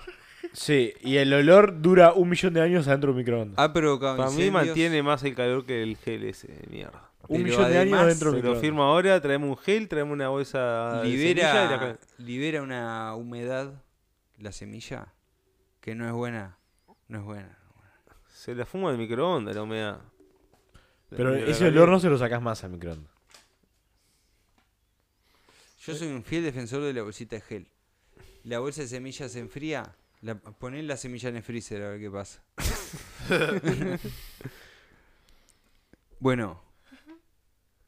[SPEAKER 1] Sí, y el olor dura un millón de años adentro de un
[SPEAKER 6] Ah,
[SPEAKER 1] microondas.
[SPEAKER 5] Ha provocado
[SPEAKER 6] Para mí
[SPEAKER 5] incendios,
[SPEAKER 6] mantiene más el calor que el gel ese, de mierda.
[SPEAKER 1] un
[SPEAKER 5] pero
[SPEAKER 1] millón de años
[SPEAKER 5] además
[SPEAKER 1] adentro de
[SPEAKER 6] Se
[SPEAKER 1] un
[SPEAKER 6] lo
[SPEAKER 1] microondas.
[SPEAKER 6] firmo ahora, traemos un gel, traemos una bolsa de semilla y la
[SPEAKER 5] libera,
[SPEAKER 6] ca-
[SPEAKER 5] libera una humedad la semilla que no es buena. No es buena.
[SPEAKER 6] Se la fuma el microondas la humedad.
[SPEAKER 1] Pero
[SPEAKER 6] La- la-
[SPEAKER 1] ese
[SPEAKER 6] la-
[SPEAKER 1] olor no se lo sacás más al microondas.
[SPEAKER 5] Yo soy un fiel defensor de la bolsita de gel. La bolsa de semilla se enfría. La, poné la semilla en el freezer a ver qué pasa. bueno,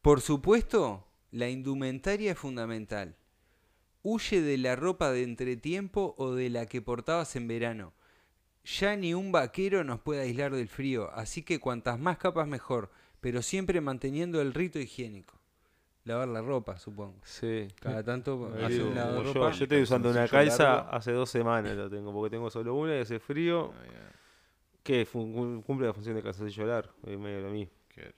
[SPEAKER 5] por supuesto, la indumentaria es fundamental. Huye de la ropa de entretiempo o de la que portabas en verano. Ya ni un vaquero nos puede aislar del frío, así que cuantas más capas mejor, pero siempre manteniendo el rito higiénico. Lavar la ropa, supongo.
[SPEAKER 6] Sí.
[SPEAKER 5] Cada tanto
[SPEAKER 6] Ahí
[SPEAKER 5] hace
[SPEAKER 6] digo,
[SPEAKER 5] un lado
[SPEAKER 6] como
[SPEAKER 5] de
[SPEAKER 6] yo,
[SPEAKER 5] ropa.
[SPEAKER 6] yo estoy usando una
[SPEAKER 2] calzoncillo
[SPEAKER 6] calza
[SPEAKER 2] largo.
[SPEAKER 6] hace dos semanas, la tengo, porque tengo solo una y hace frío.
[SPEAKER 2] Ah, bien,
[SPEAKER 6] Que fun- cum- cumple la función de calzoncillo largo, es medio lo mismo.
[SPEAKER 2] qué-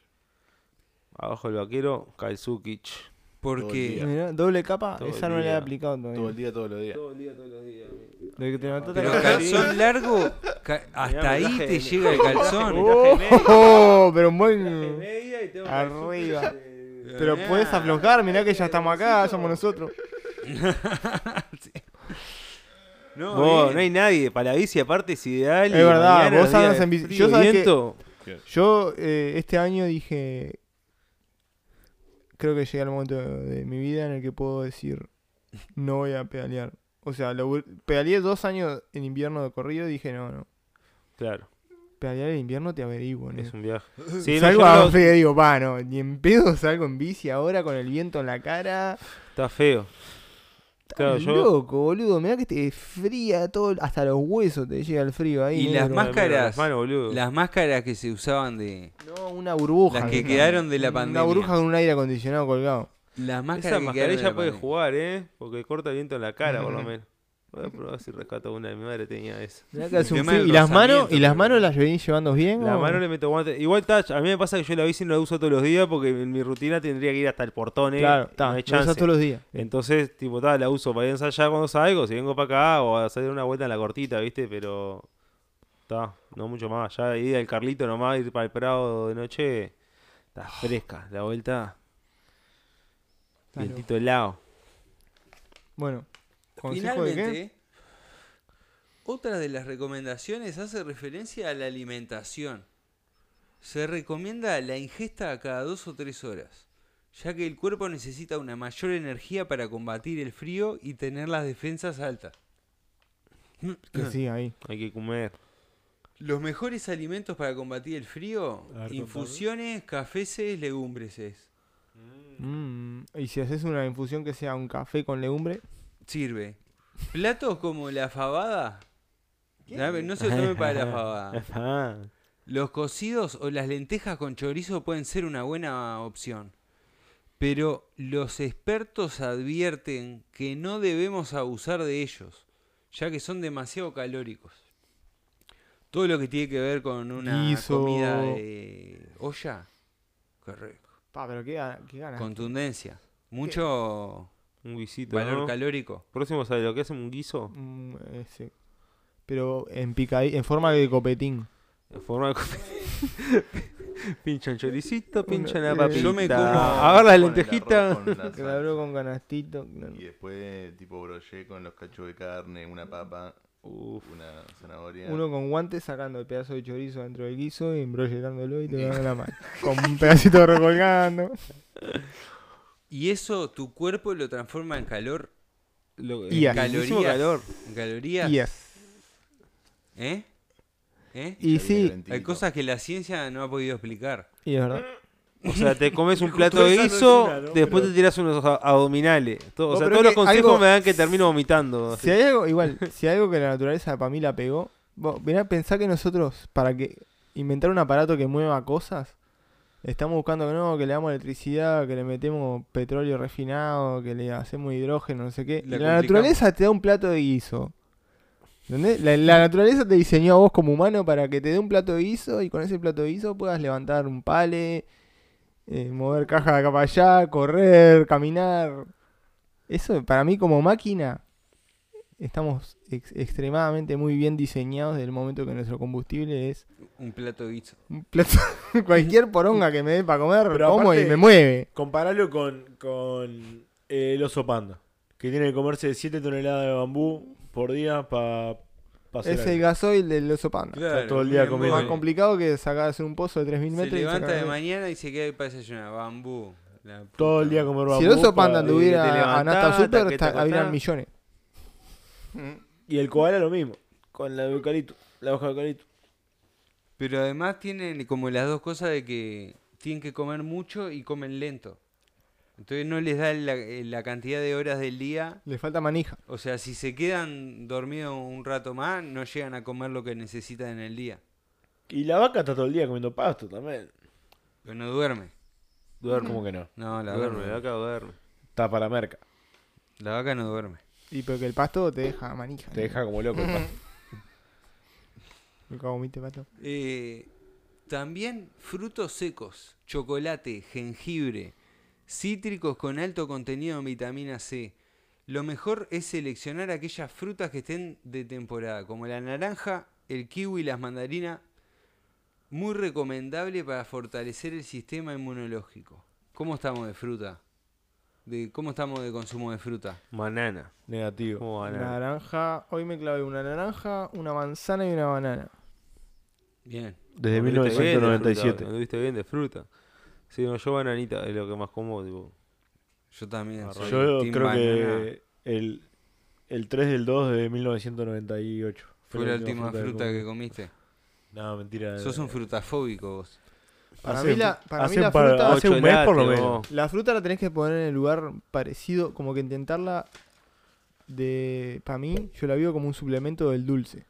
[SPEAKER 6] Abajo el vaquero, Kalsukic.
[SPEAKER 2] todo el
[SPEAKER 5] Porque
[SPEAKER 2] día.
[SPEAKER 4] Mirá, doble capa,
[SPEAKER 6] Todo
[SPEAKER 4] esa
[SPEAKER 6] el
[SPEAKER 4] no la he
[SPEAKER 6] día.
[SPEAKER 4] aplicado
[SPEAKER 2] Todo el
[SPEAKER 4] todavía.
[SPEAKER 2] día, todos los días.
[SPEAKER 6] Todo el día, todos los días.
[SPEAKER 4] Desde que te levantaste
[SPEAKER 5] pero
[SPEAKER 4] a la cama.
[SPEAKER 5] calzón largo, ca- hasta ahí te llega el calzón.
[SPEAKER 4] ¡Oh! Pero un buen.
[SPEAKER 6] media y tengo
[SPEAKER 4] Arriba.
[SPEAKER 6] calzón de- de-
[SPEAKER 4] Pero puedes aflojar, mirá
[SPEAKER 6] eh,
[SPEAKER 4] que ya estamos acá, somos nosotros.
[SPEAKER 5] No,
[SPEAKER 6] Vos,
[SPEAKER 5] bien.
[SPEAKER 6] no hay nadie, para la bici aparte es ideal.
[SPEAKER 4] Es
[SPEAKER 6] y
[SPEAKER 4] verdad,
[SPEAKER 6] mañana,
[SPEAKER 4] vos
[SPEAKER 6] los días
[SPEAKER 4] andas
[SPEAKER 6] de
[SPEAKER 4] en bici-
[SPEAKER 6] frío
[SPEAKER 4] yo
[SPEAKER 6] y
[SPEAKER 4] sabés que-
[SPEAKER 6] viento,
[SPEAKER 4] Yo eh, este año dije. Creo que llega el momento de mi vida en el que puedo decir. No voy a pedalear. O sea, lo vol- pedaleé dos años en invierno de corrido y dije, no, no.
[SPEAKER 6] Claro,
[SPEAKER 4] Pedalear en invierno te averiguo. ¿no?
[SPEAKER 6] es un viaje. Sí, no,
[SPEAKER 4] salgo
[SPEAKER 6] yo
[SPEAKER 4] a
[SPEAKER 6] no-
[SPEAKER 4] la feria y digo, va, no, ni en pedo salgo en bici ahora con el viento en la cara.
[SPEAKER 6] Está feo. Claro,
[SPEAKER 4] Estás
[SPEAKER 6] yo-
[SPEAKER 4] Loco, boludo, mirá que te fría todo, hasta los huesos te llega el frío ahí.
[SPEAKER 5] Y las
[SPEAKER 4] negro.
[SPEAKER 6] Joder,
[SPEAKER 5] máscaras,
[SPEAKER 6] mira, las manos, boludo.
[SPEAKER 5] Las máscaras que se usaban de.
[SPEAKER 4] No, una burbuja.
[SPEAKER 5] Las que
[SPEAKER 4] ¿no?
[SPEAKER 5] quedaron de la
[SPEAKER 4] Una
[SPEAKER 5] pandemia.
[SPEAKER 4] burbuja con un aire acondicionado colgado.
[SPEAKER 5] Las
[SPEAKER 6] Esa
[SPEAKER 5] máscaras que quedaron de
[SPEAKER 6] mascarilla
[SPEAKER 5] la
[SPEAKER 6] puede
[SPEAKER 5] pandemia.
[SPEAKER 6] jugar, ¿eh? Porque corta el viento en la cara, por lo menos. Voy a probar si rescato una. Mi madre tenía esa.
[SPEAKER 4] Mirá que
[SPEAKER 5] El
[SPEAKER 4] hace un
[SPEAKER 5] tema del
[SPEAKER 4] frío. ¿Y las manos?
[SPEAKER 5] rozamiento,
[SPEAKER 4] ¿Y las
[SPEAKER 5] pero-
[SPEAKER 4] manos las venís llevando bien?
[SPEAKER 6] La
[SPEAKER 4] o-
[SPEAKER 6] mano le meto guantes. Igual, touch, a mí me pasa que yo la bici no la uso todos los días porque en mi rutina tendría que ir hasta el portón, ¿eh?
[SPEAKER 4] Claro,
[SPEAKER 6] Y
[SPEAKER 4] está.
[SPEAKER 6] no hay
[SPEAKER 4] lo usás
[SPEAKER 6] chance.
[SPEAKER 4] todos los días.
[SPEAKER 6] Entonces, tipo, ta, la uso para ir a ensayar cuando salgo, si vengo para acá o a hacer una vuelta en la cortita, ¿viste? Pero, ta, no mucho más. Ya ir al Carlito nomás, ir para el Prado de noche, está fresca la vuelta.
[SPEAKER 4] Está
[SPEAKER 6] Vientito helado.
[SPEAKER 4] Bueno, ¿consejo de qué?
[SPEAKER 5] Finalmente, otra de las recomendaciones hace referencia a la alimentación. Se recomienda la ingesta a cada dos o tres horas, ya que el cuerpo necesita una mayor energía para combatir el frío y tener las defensas altas.
[SPEAKER 4] Que sí, ahí.
[SPEAKER 6] Hay que comer.
[SPEAKER 5] Los mejores alimentos para combatir el frío,
[SPEAKER 1] A ver,
[SPEAKER 5] infusiones, caféses, legumbres. es.
[SPEAKER 4] Mm, Y si haces una infusión que sea un café con legumbre.
[SPEAKER 5] Sirve. Platos como la fabada. Dame- No se lo tomen para la fabada.
[SPEAKER 6] Ah,
[SPEAKER 5] Los cocidos o las lentejas con chorizo pueden ser una buena opción. Pero los expertos advierten que no debemos abusar de ellos, ya que son demasiado calóricos. Todo lo que tiene que ver con una
[SPEAKER 4] Guiso.
[SPEAKER 5] comida de olla, correcto.
[SPEAKER 4] Pa, pero qué, gana- qué ganas.
[SPEAKER 5] Contundencia. Mucho
[SPEAKER 6] un guisito.
[SPEAKER 5] valor
[SPEAKER 6] ¿no?
[SPEAKER 5] calórico.
[SPEAKER 6] Próximo, ¿sabes lo que hacen? Un guiso.
[SPEAKER 4] Mm, eh, sí. Pero en picadi- en forma de copetín.
[SPEAKER 6] En forma de. pincha un choricito, pincha una
[SPEAKER 4] Una-
[SPEAKER 6] papita. Ah,
[SPEAKER 4] eh,
[SPEAKER 5] yo me como-
[SPEAKER 6] Agarra la
[SPEAKER 2] Con Ah, el
[SPEAKER 6] lentejita.
[SPEAKER 2] arroz, con la
[SPEAKER 4] Que la abro
[SPEAKER 2] salsa.
[SPEAKER 4] con canastito. no, no.
[SPEAKER 2] Y después, tipo broché con los cachos de carne, una papa,
[SPEAKER 6] Uf,
[SPEAKER 2] una zanahoria.
[SPEAKER 4] Uno con guantes sacando el pedazo de chorizo dentro del guiso y embrolletándolo y te lo dan en la mano. Con un pedacito recolgando.
[SPEAKER 5] Y eso tu cuerpo lo transforma en calor,
[SPEAKER 6] lo-
[SPEAKER 4] Y
[SPEAKER 6] en
[SPEAKER 4] así.
[SPEAKER 6] muchísimo
[SPEAKER 5] Calorías.
[SPEAKER 6] calor.
[SPEAKER 5] en calorías.
[SPEAKER 4] Y es.
[SPEAKER 5] ¿Eh? ¿Eh?
[SPEAKER 2] Ya
[SPEAKER 4] Y
[SPEAKER 2] viene el
[SPEAKER 4] sí,
[SPEAKER 2] ventilito.
[SPEAKER 5] Hay cosas que la ciencia no ha podido explicar.
[SPEAKER 4] y es verdad.
[SPEAKER 6] O sea, te comes un plato
[SPEAKER 1] Justo
[SPEAKER 6] de
[SPEAKER 1] esa no es
[SPEAKER 6] guiso,
[SPEAKER 1] una, ¿no?
[SPEAKER 6] después
[SPEAKER 1] Pero-
[SPEAKER 6] te tiras unos a- abdominales. Todo-
[SPEAKER 4] No,
[SPEAKER 6] o sea,
[SPEAKER 4] pero
[SPEAKER 6] todos los
[SPEAKER 4] es que
[SPEAKER 6] consejos
[SPEAKER 4] algo-
[SPEAKER 6] me dan que termino vomitando.
[SPEAKER 4] Si hay algo, igual, si hay algo que la naturaleza para mí la pegó, vos, mirá, pensá que nosotros, para que inventar un aparato que mueva cosas. Estamos buscando que no, que le damos electricidad, que le metemos petróleo refinado, que le hacemos hidrógeno, no sé qué.
[SPEAKER 5] La
[SPEAKER 4] La, naturaleza te da un plato de guiso. ¿Entendés? La, la naturaleza te diseñó a vos como humano para que te dé un plato de guiso y con ese plato de guiso puedas levantar un pale, eh, mover caja de acá para allá, correr, caminar. Eso, para mí como máquina, estamos ex- extremadamente muy bien diseñados desde el momento que nuestro combustible es
[SPEAKER 5] Un plato de guiso.
[SPEAKER 4] un plato- cualquier poronga que me dé para comer,
[SPEAKER 1] Pero
[SPEAKER 4] como
[SPEAKER 1] aparte-
[SPEAKER 4] y me mueve.
[SPEAKER 1] Comparalo con, con eh, el oso panda, que tiene que comerse 7 toneladas de bambú por día para hacer
[SPEAKER 4] Es
[SPEAKER 1] algo.
[SPEAKER 4] el gasoil del oso panda.
[SPEAKER 5] Claro,
[SPEAKER 1] todo el día
[SPEAKER 5] un
[SPEAKER 1] comiendo.
[SPEAKER 5] embole.
[SPEAKER 4] Más
[SPEAKER 1] Sí.
[SPEAKER 4] complicado que sacar hacer un pozo de 3.000
[SPEAKER 5] Se
[SPEAKER 4] metros. y
[SPEAKER 5] levanta
[SPEAKER 4] sacar-
[SPEAKER 5] de mañana y se queda ahí para desayunar. Bambú. La puta
[SPEAKER 1] Todo el día comer bambú.
[SPEAKER 4] si el oso
[SPEAKER 1] pa-
[SPEAKER 4] panda anduviera
[SPEAKER 6] que te
[SPEAKER 4] a
[SPEAKER 6] levantás,
[SPEAKER 4] Nasta
[SPEAKER 6] hasta
[SPEAKER 4] Super,
[SPEAKER 6] que te
[SPEAKER 4] está- habrían
[SPEAKER 6] acostás.
[SPEAKER 4] millones.
[SPEAKER 1] Y el koala lo mismo, con la de eucalipto, la hoja de eucalipto.
[SPEAKER 5] Pero además tienen como las dos cosas de que tienen que comer mucho y comen lento. Entonces no les da la, eh, la cantidad de horas del día.
[SPEAKER 4] Le falta manija.
[SPEAKER 5] O sea, si se quedan dormidos un rato más, no llegan a comer lo que necesitan en el día.
[SPEAKER 1] Y la vaca está todo el día comiendo pasto también.
[SPEAKER 5] Pero no duerme.
[SPEAKER 1] Duerme como que no.
[SPEAKER 5] No, la
[SPEAKER 6] Duerme,
[SPEAKER 5] duerme.
[SPEAKER 6] la vaca duerme.
[SPEAKER 1] Está para merca.
[SPEAKER 5] La vaca no duerme.
[SPEAKER 4] Y porque el pasto te deja manija.
[SPEAKER 1] Te deja como loco el pasto.
[SPEAKER 4] Me cago en mi te pato.
[SPEAKER 5] Eh, también frutos secos, chocolate, jengibre, cítricos con alto contenido en vitamina C. Lo mejor es seleccionar aquellas frutas que estén de temporada, como la naranja, el kiwi y las mandarinas. Muy recomendable para fortalecer el sistema inmunológico. ¿Cómo estamos de fruta? De, ¿Cómo estamos de consumo de fruta?
[SPEAKER 6] Banana.
[SPEAKER 1] Negativo.
[SPEAKER 6] Como
[SPEAKER 4] Una
[SPEAKER 6] banana.
[SPEAKER 4] naranja. Hoy me clavé una naranja, una manzana y una banana.
[SPEAKER 5] Bien.
[SPEAKER 1] Desde
[SPEAKER 6] Anduviste bien de fruta,
[SPEAKER 1] 1997.
[SPEAKER 6] Anduviste bien de fruta. Sí, no, yo bananita es lo que más como, tipo.
[SPEAKER 5] Yo también. soy
[SPEAKER 1] Yo
[SPEAKER 5] team
[SPEAKER 1] creo
[SPEAKER 5] banana.
[SPEAKER 1] que el, el 3 del 2 de 1998.
[SPEAKER 5] fue la última fruta que comiste.
[SPEAKER 1] No, mentira. eh,
[SPEAKER 5] Sos un frutafóbico vos.
[SPEAKER 4] Para
[SPEAKER 1] Hace-
[SPEAKER 4] mí la, para mí
[SPEAKER 1] hace
[SPEAKER 4] la
[SPEAKER 1] un par-
[SPEAKER 4] fruta.
[SPEAKER 1] Hace un mes por lo
[SPEAKER 6] Chocolate,
[SPEAKER 1] menos.
[SPEAKER 4] La fruta la tenés que poner en el lugar parecido, como que intentarla de... Para mí, yo la veo como un suplemento del dulce.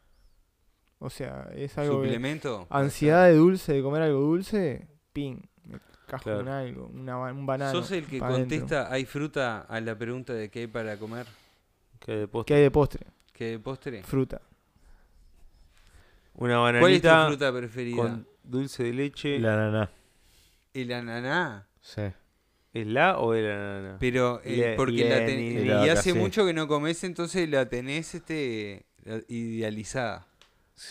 [SPEAKER 4] O sea, es algo... Ah, que-
[SPEAKER 5] ¿Suplemento?
[SPEAKER 4] ansiedad de dulce, de comer algo dulce, ping. Me cajo
[SPEAKER 6] Claro.
[SPEAKER 4] en algo, una ba- un banano.
[SPEAKER 5] ¿Sos el que
[SPEAKER 4] pa' dentro.
[SPEAKER 5] contesta hay fruta a la pregunta de qué hay para comer?
[SPEAKER 6] Que de postre.
[SPEAKER 4] ¿Qué hay de postre?
[SPEAKER 5] ¿Qué de postre?
[SPEAKER 4] Fruta.
[SPEAKER 6] Una
[SPEAKER 5] ¿Cuál es tu
[SPEAKER 6] bananita
[SPEAKER 5] fruta preferida?
[SPEAKER 6] con dulce de leche.
[SPEAKER 1] La naná.
[SPEAKER 5] El ananá.
[SPEAKER 1] Sí.
[SPEAKER 6] ¿Es la o era banana?
[SPEAKER 5] Pero eh,
[SPEAKER 6] Le-
[SPEAKER 5] porque la ten-
[SPEAKER 6] Lenin.
[SPEAKER 5] y
[SPEAKER 1] La vaca,
[SPEAKER 5] hace
[SPEAKER 1] sí.
[SPEAKER 5] mucho que no comes, entonces la tenés este la- idealizada.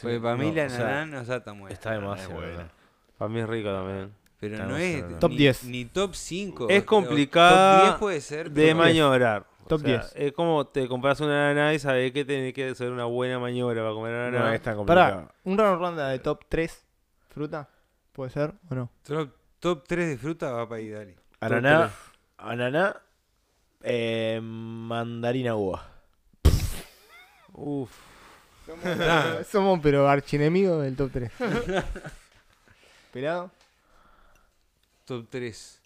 [SPEAKER 5] Porque Pues para mí
[SPEAKER 1] No,
[SPEAKER 5] la
[SPEAKER 1] o sea,
[SPEAKER 5] ananá no está tan buena.
[SPEAKER 1] Está demasiado
[SPEAKER 2] buena.
[SPEAKER 1] buena.
[SPEAKER 6] Para mí es rica también.
[SPEAKER 5] pero
[SPEAKER 1] está
[SPEAKER 5] no
[SPEAKER 1] demasiado
[SPEAKER 5] es
[SPEAKER 1] buena.
[SPEAKER 5] ni-
[SPEAKER 4] Top 10.
[SPEAKER 5] ni top 5.
[SPEAKER 6] Es complicada
[SPEAKER 5] Top 10 puede ser.
[SPEAKER 6] De
[SPEAKER 5] pero-
[SPEAKER 6] maniobrar. O
[SPEAKER 4] Top
[SPEAKER 6] sea,
[SPEAKER 4] 10.
[SPEAKER 6] Es como te compras una banana y sabes que tenés que hacer una buena maniobra para comer banana.
[SPEAKER 1] No es tan complicado.
[SPEAKER 4] Pará, un round ronda de top 3 fruta, ¿puede ser o no?
[SPEAKER 5] Top, top 3 de fruta va para ahí, dale.
[SPEAKER 1] Ananá. Ananá. eh, mandarina uva.
[SPEAKER 6] Uf.
[SPEAKER 5] Ah,
[SPEAKER 4] Somos pero archienemigos del top 3. Pelado.
[SPEAKER 5] Top 3.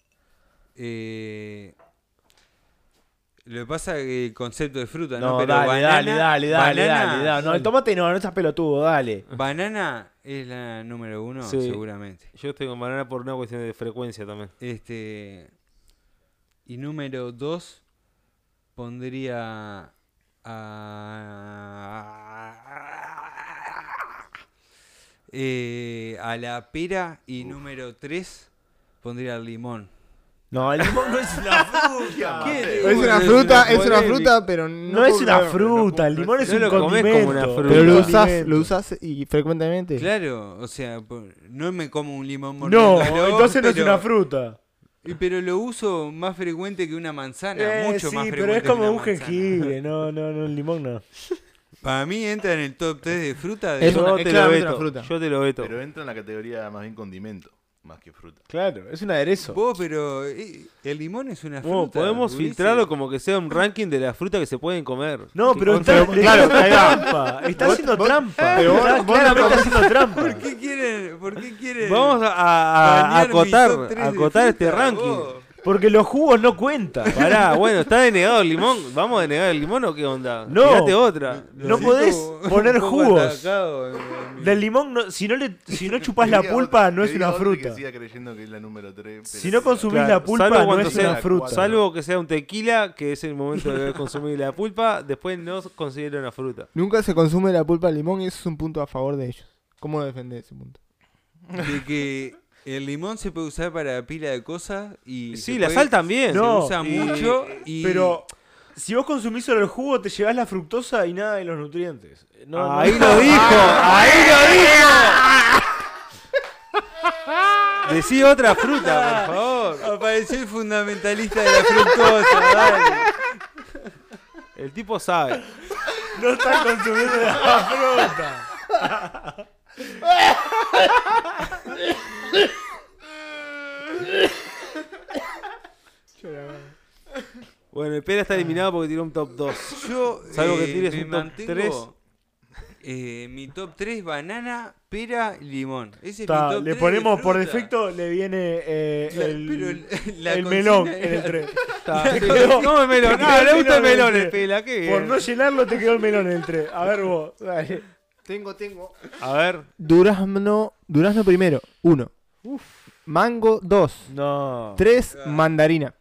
[SPEAKER 5] lo que pasa es que el concepto de fruta, ¿no?
[SPEAKER 1] No,
[SPEAKER 5] Pero
[SPEAKER 1] dale,
[SPEAKER 5] banana-
[SPEAKER 1] dale, dale, dale,
[SPEAKER 5] banana-
[SPEAKER 1] dale, dale. No, el tomate no, no seas pelotudo, dale.
[SPEAKER 5] Banana es la número uno,
[SPEAKER 6] Sí.
[SPEAKER 5] seguramente.
[SPEAKER 6] Yo estoy con banana por una cuestión de frecuencia también.
[SPEAKER 5] Este. Y número 2 pondría a. eh, a la pera y número 3 pondría al limón.
[SPEAKER 1] No, el limón no es una fruta.
[SPEAKER 5] ¿Qué?
[SPEAKER 4] Ah, Es una
[SPEAKER 5] Bueno,
[SPEAKER 4] fruta,
[SPEAKER 5] es
[SPEAKER 4] es una
[SPEAKER 5] polémica.
[SPEAKER 4] fruta, pero no.
[SPEAKER 1] No es una
[SPEAKER 4] puedo-
[SPEAKER 1] fruta, el limón es
[SPEAKER 6] No
[SPEAKER 1] un
[SPEAKER 6] lo comes
[SPEAKER 1] condimento.
[SPEAKER 6] como una fruta.
[SPEAKER 4] Pero lo
[SPEAKER 6] Un
[SPEAKER 4] usás, lo usás y frecuentemente.
[SPEAKER 5] Claro, o sea, po- no me como un limón
[SPEAKER 1] No,
[SPEAKER 5] mordiéndolo,
[SPEAKER 1] entonces no es
[SPEAKER 5] pero-
[SPEAKER 1] una fruta.
[SPEAKER 5] Y Pero lo uso más frecuente que una manzana,
[SPEAKER 1] Eh,
[SPEAKER 5] mucho
[SPEAKER 1] sí,
[SPEAKER 5] más frecuente.
[SPEAKER 1] pero es
[SPEAKER 5] que
[SPEAKER 1] como
[SPEAKER 5] una
[SPEAKER 1] un
[SPEAKER 5] manzana.
[SPEAKER 1] jengibre. No, no, no, el limón no.
[SPEAKER 5] Para mí entra en el top 3 de fruta de
[SPEAKER 4] Es
[SPEAKER 6] Yo
[SPEAKER 4] una- es
[SPEAKER 6] te lo
[SPEAKER 4] claramente
[SPEAKER 6] veto.
[SPEAKER 4] una fruta.
[SPEAKER 6] Yo te lo veto.
[SPEAKER 2] Pero entra en la categoría más bien condimento, más que fruta.
[SPEAKER 1] Claro, es un aderezo.
[SPEAKER 5] vos, pero eh, el limón es una fruta.
[SPEAKER 6] Bueno, podemos
[SPEAKER 5] Ulises.
[SPEAKER 6] filtrarlo como que sea un ranking de las frutas que se pueden comer.
[SPEAKER 1] No,
[SPEAKER 6] Sí,
[SPEAKER 1] pero
[SPEAKER 6] con-
[SPEAKER 1] está, le está
[SPEAKER 4] claro, ahí va.
[SPEAKER 1] haciendo trampa. Está haciendo trampa.
[SPEAKER 4] pero vos-
[SPEAKER 1] Está-
[SPEAKER 4] vos
[SPEAKER 1] claramente
[SPEAKER 4] no
[SPEAKER 1] está haciendo trampa.
[SPEAKER 5] ¿Por qué quieren? ¿Por qué quieren?
[SPEAKER 6] Vamos a, a- a
[SPEAKER 5] banear mi
[SPEAKER 6] acotar,
[SPEAKER 5] top tres
[SPEAKER 6] a
[SPEAKER 5] de
[SPEAKER 6] acotar este
[SPEAKER 5] fruta,
[SPEAKER 6] ranking.
[SPEAKER 5] vos?
[SPEAKER 1] Porque los jugos no cuentan.
[SPEAKER 6] Pará, bueno, está denegado el limón. ¿Vamos a denegar el limón o qué onda?
[SPEAKER 1] No.
[SPEAKER 6] Tirate otra.
[SPEAKER 1] No
[SPEAKER 5] Lo
[SPEAKER 1] podés
[SPEAKER 5] siento
[SPEAKER 1] poner
[SPEAKER 5] un poco
[SPEAKER 1] jugos.
[SPEAKER 5] atacado en- en mi-
[SPEAKER 1] Del limón, no- si, no le, si no chupás
[SPEAKER 2] Que
[SPEAKER 1] la
[SPEAKER 2] diga
[SPEAKER 1] pulpa,
[SPEAKER 2] otro-
[SPEAKER 1] no
[SPEAKER 2] que
[SPEAKER 1] es
[SPEAKER 2] diga
[SPEAKER 1] una
[SPEAKER 2] otro que
[SPEAKER 1] fruta.
[SPEAKER 2] siga creyendo que es la número 3.
[SPEAKER 1] Si no consumís la pulpa,
[SPEAKER 6] salvo
[SPEAKER 1] no
[SPEAKER 6] cuando
[SPEAKER 1] es
[SPEAKER 6] sea-
[SPEAKER 1] una fruta.
[SPEAKER 6] Salvo que sea un tequila, que es el momento de consumir la pulpa, después no se considera una fruta.
[SPEAKER 4] Nunca se consume la pulpa del limón y eso es un punto a favor de ellos. ¿Cómo defender ese punto?
[SPEAKER 5] De que el limón se puede usar para pila de cosas y.
[SPEAKER 6] Sí,
[SPEAKER 5] se
[SPEAKER 6] la
[SPEAKER 5] puede-
[SPEAKER 6] sal también.
[SPEAKER 5] Se
[SPEAKER 1] No.
[SPEAKER 5] usa
[SPEAKER 1] y-
[SPEAKER 5] mucho y.
[SPEAKER 1] Pero si vos consumís solo el jugo, te llevás la fructosa y nada de los nutrientes. No, no.
[SPEAKER 6] ahí lo dijo, ahí lo dijo. Decí otra fruta, por favor.
[SPEAKER 5] Apareció el fundamentalista de la fructosa, dale.
[SPEAKER 6] El tipo sabe.
[SPEAKER 1] No están consumiendo la fruta.
[SPEAKER 6] Bueno, el Pera está eliminado porque tiró un top 2.
[SPEAKER 5] Yo
[SPEAKER 6] Salvo que
[SPEAKER 5] eh,
[SPEAKER 6] tires
[SPEAKER 5] me
[SPEAKER 6] un top
[SPEAKER 5] mantengo,
[SPEAKER 6] tres.
[SPEAKER 5] eh, mi top 3 banana, pera, limón. Ese es mi
[SPEAKER 1] Está,
[SPEAKER 5] top
[SPEAKER 1] le
[SPEAKER 5] tres
[SPEAKER 1] ponemos
[SPEAKER 5] de
[SPEAKER 1] por
[SPEAKER 5] fruta.
[SPEAKER 1] defecto, le viene eh,
[SPEAKER 5] La-
[SPEAKER 1] el,
[SPEAKER 5] pero el- la
[SPEAKER 1] el
[SPEAKER 5] consigna
[SPEAKER 1] melón
[SPEAKER 5] era-
[SPEAKER 1] en el tren.
[SPEAKER 6] Está.
[SPEAKER 1] quedó-
[SPEAKER 6] No, el
[SPEAKER 1] te
[SPEAKER 6] melón.
[SPEAKER 1] quedó
[SPEAKER 6] No, le gusta
[SPEAKER 1] melón,
[SPEAKER 6] el melón,
[SPEAKER 1] sí.
[SPEAKER 6] el Pela. Qué
[SPEAKER 1] Por
[SPEAKER 6] bien.
[SPEAKER 1] no llenarlo te quedó el melón en el tren. A ver vos. dale.
[SPEAKER 4] Tengo, tengo.
[SPEAKER 6] A ver.
[SPEAKER 4] Durazno, durazno primero, uno. Mango, dos.
[SPEAKER 1] No.
[SPEAKER 4] Tres,
[SPEAKER 5] Ah.
[SPEAKER 4] mandarina.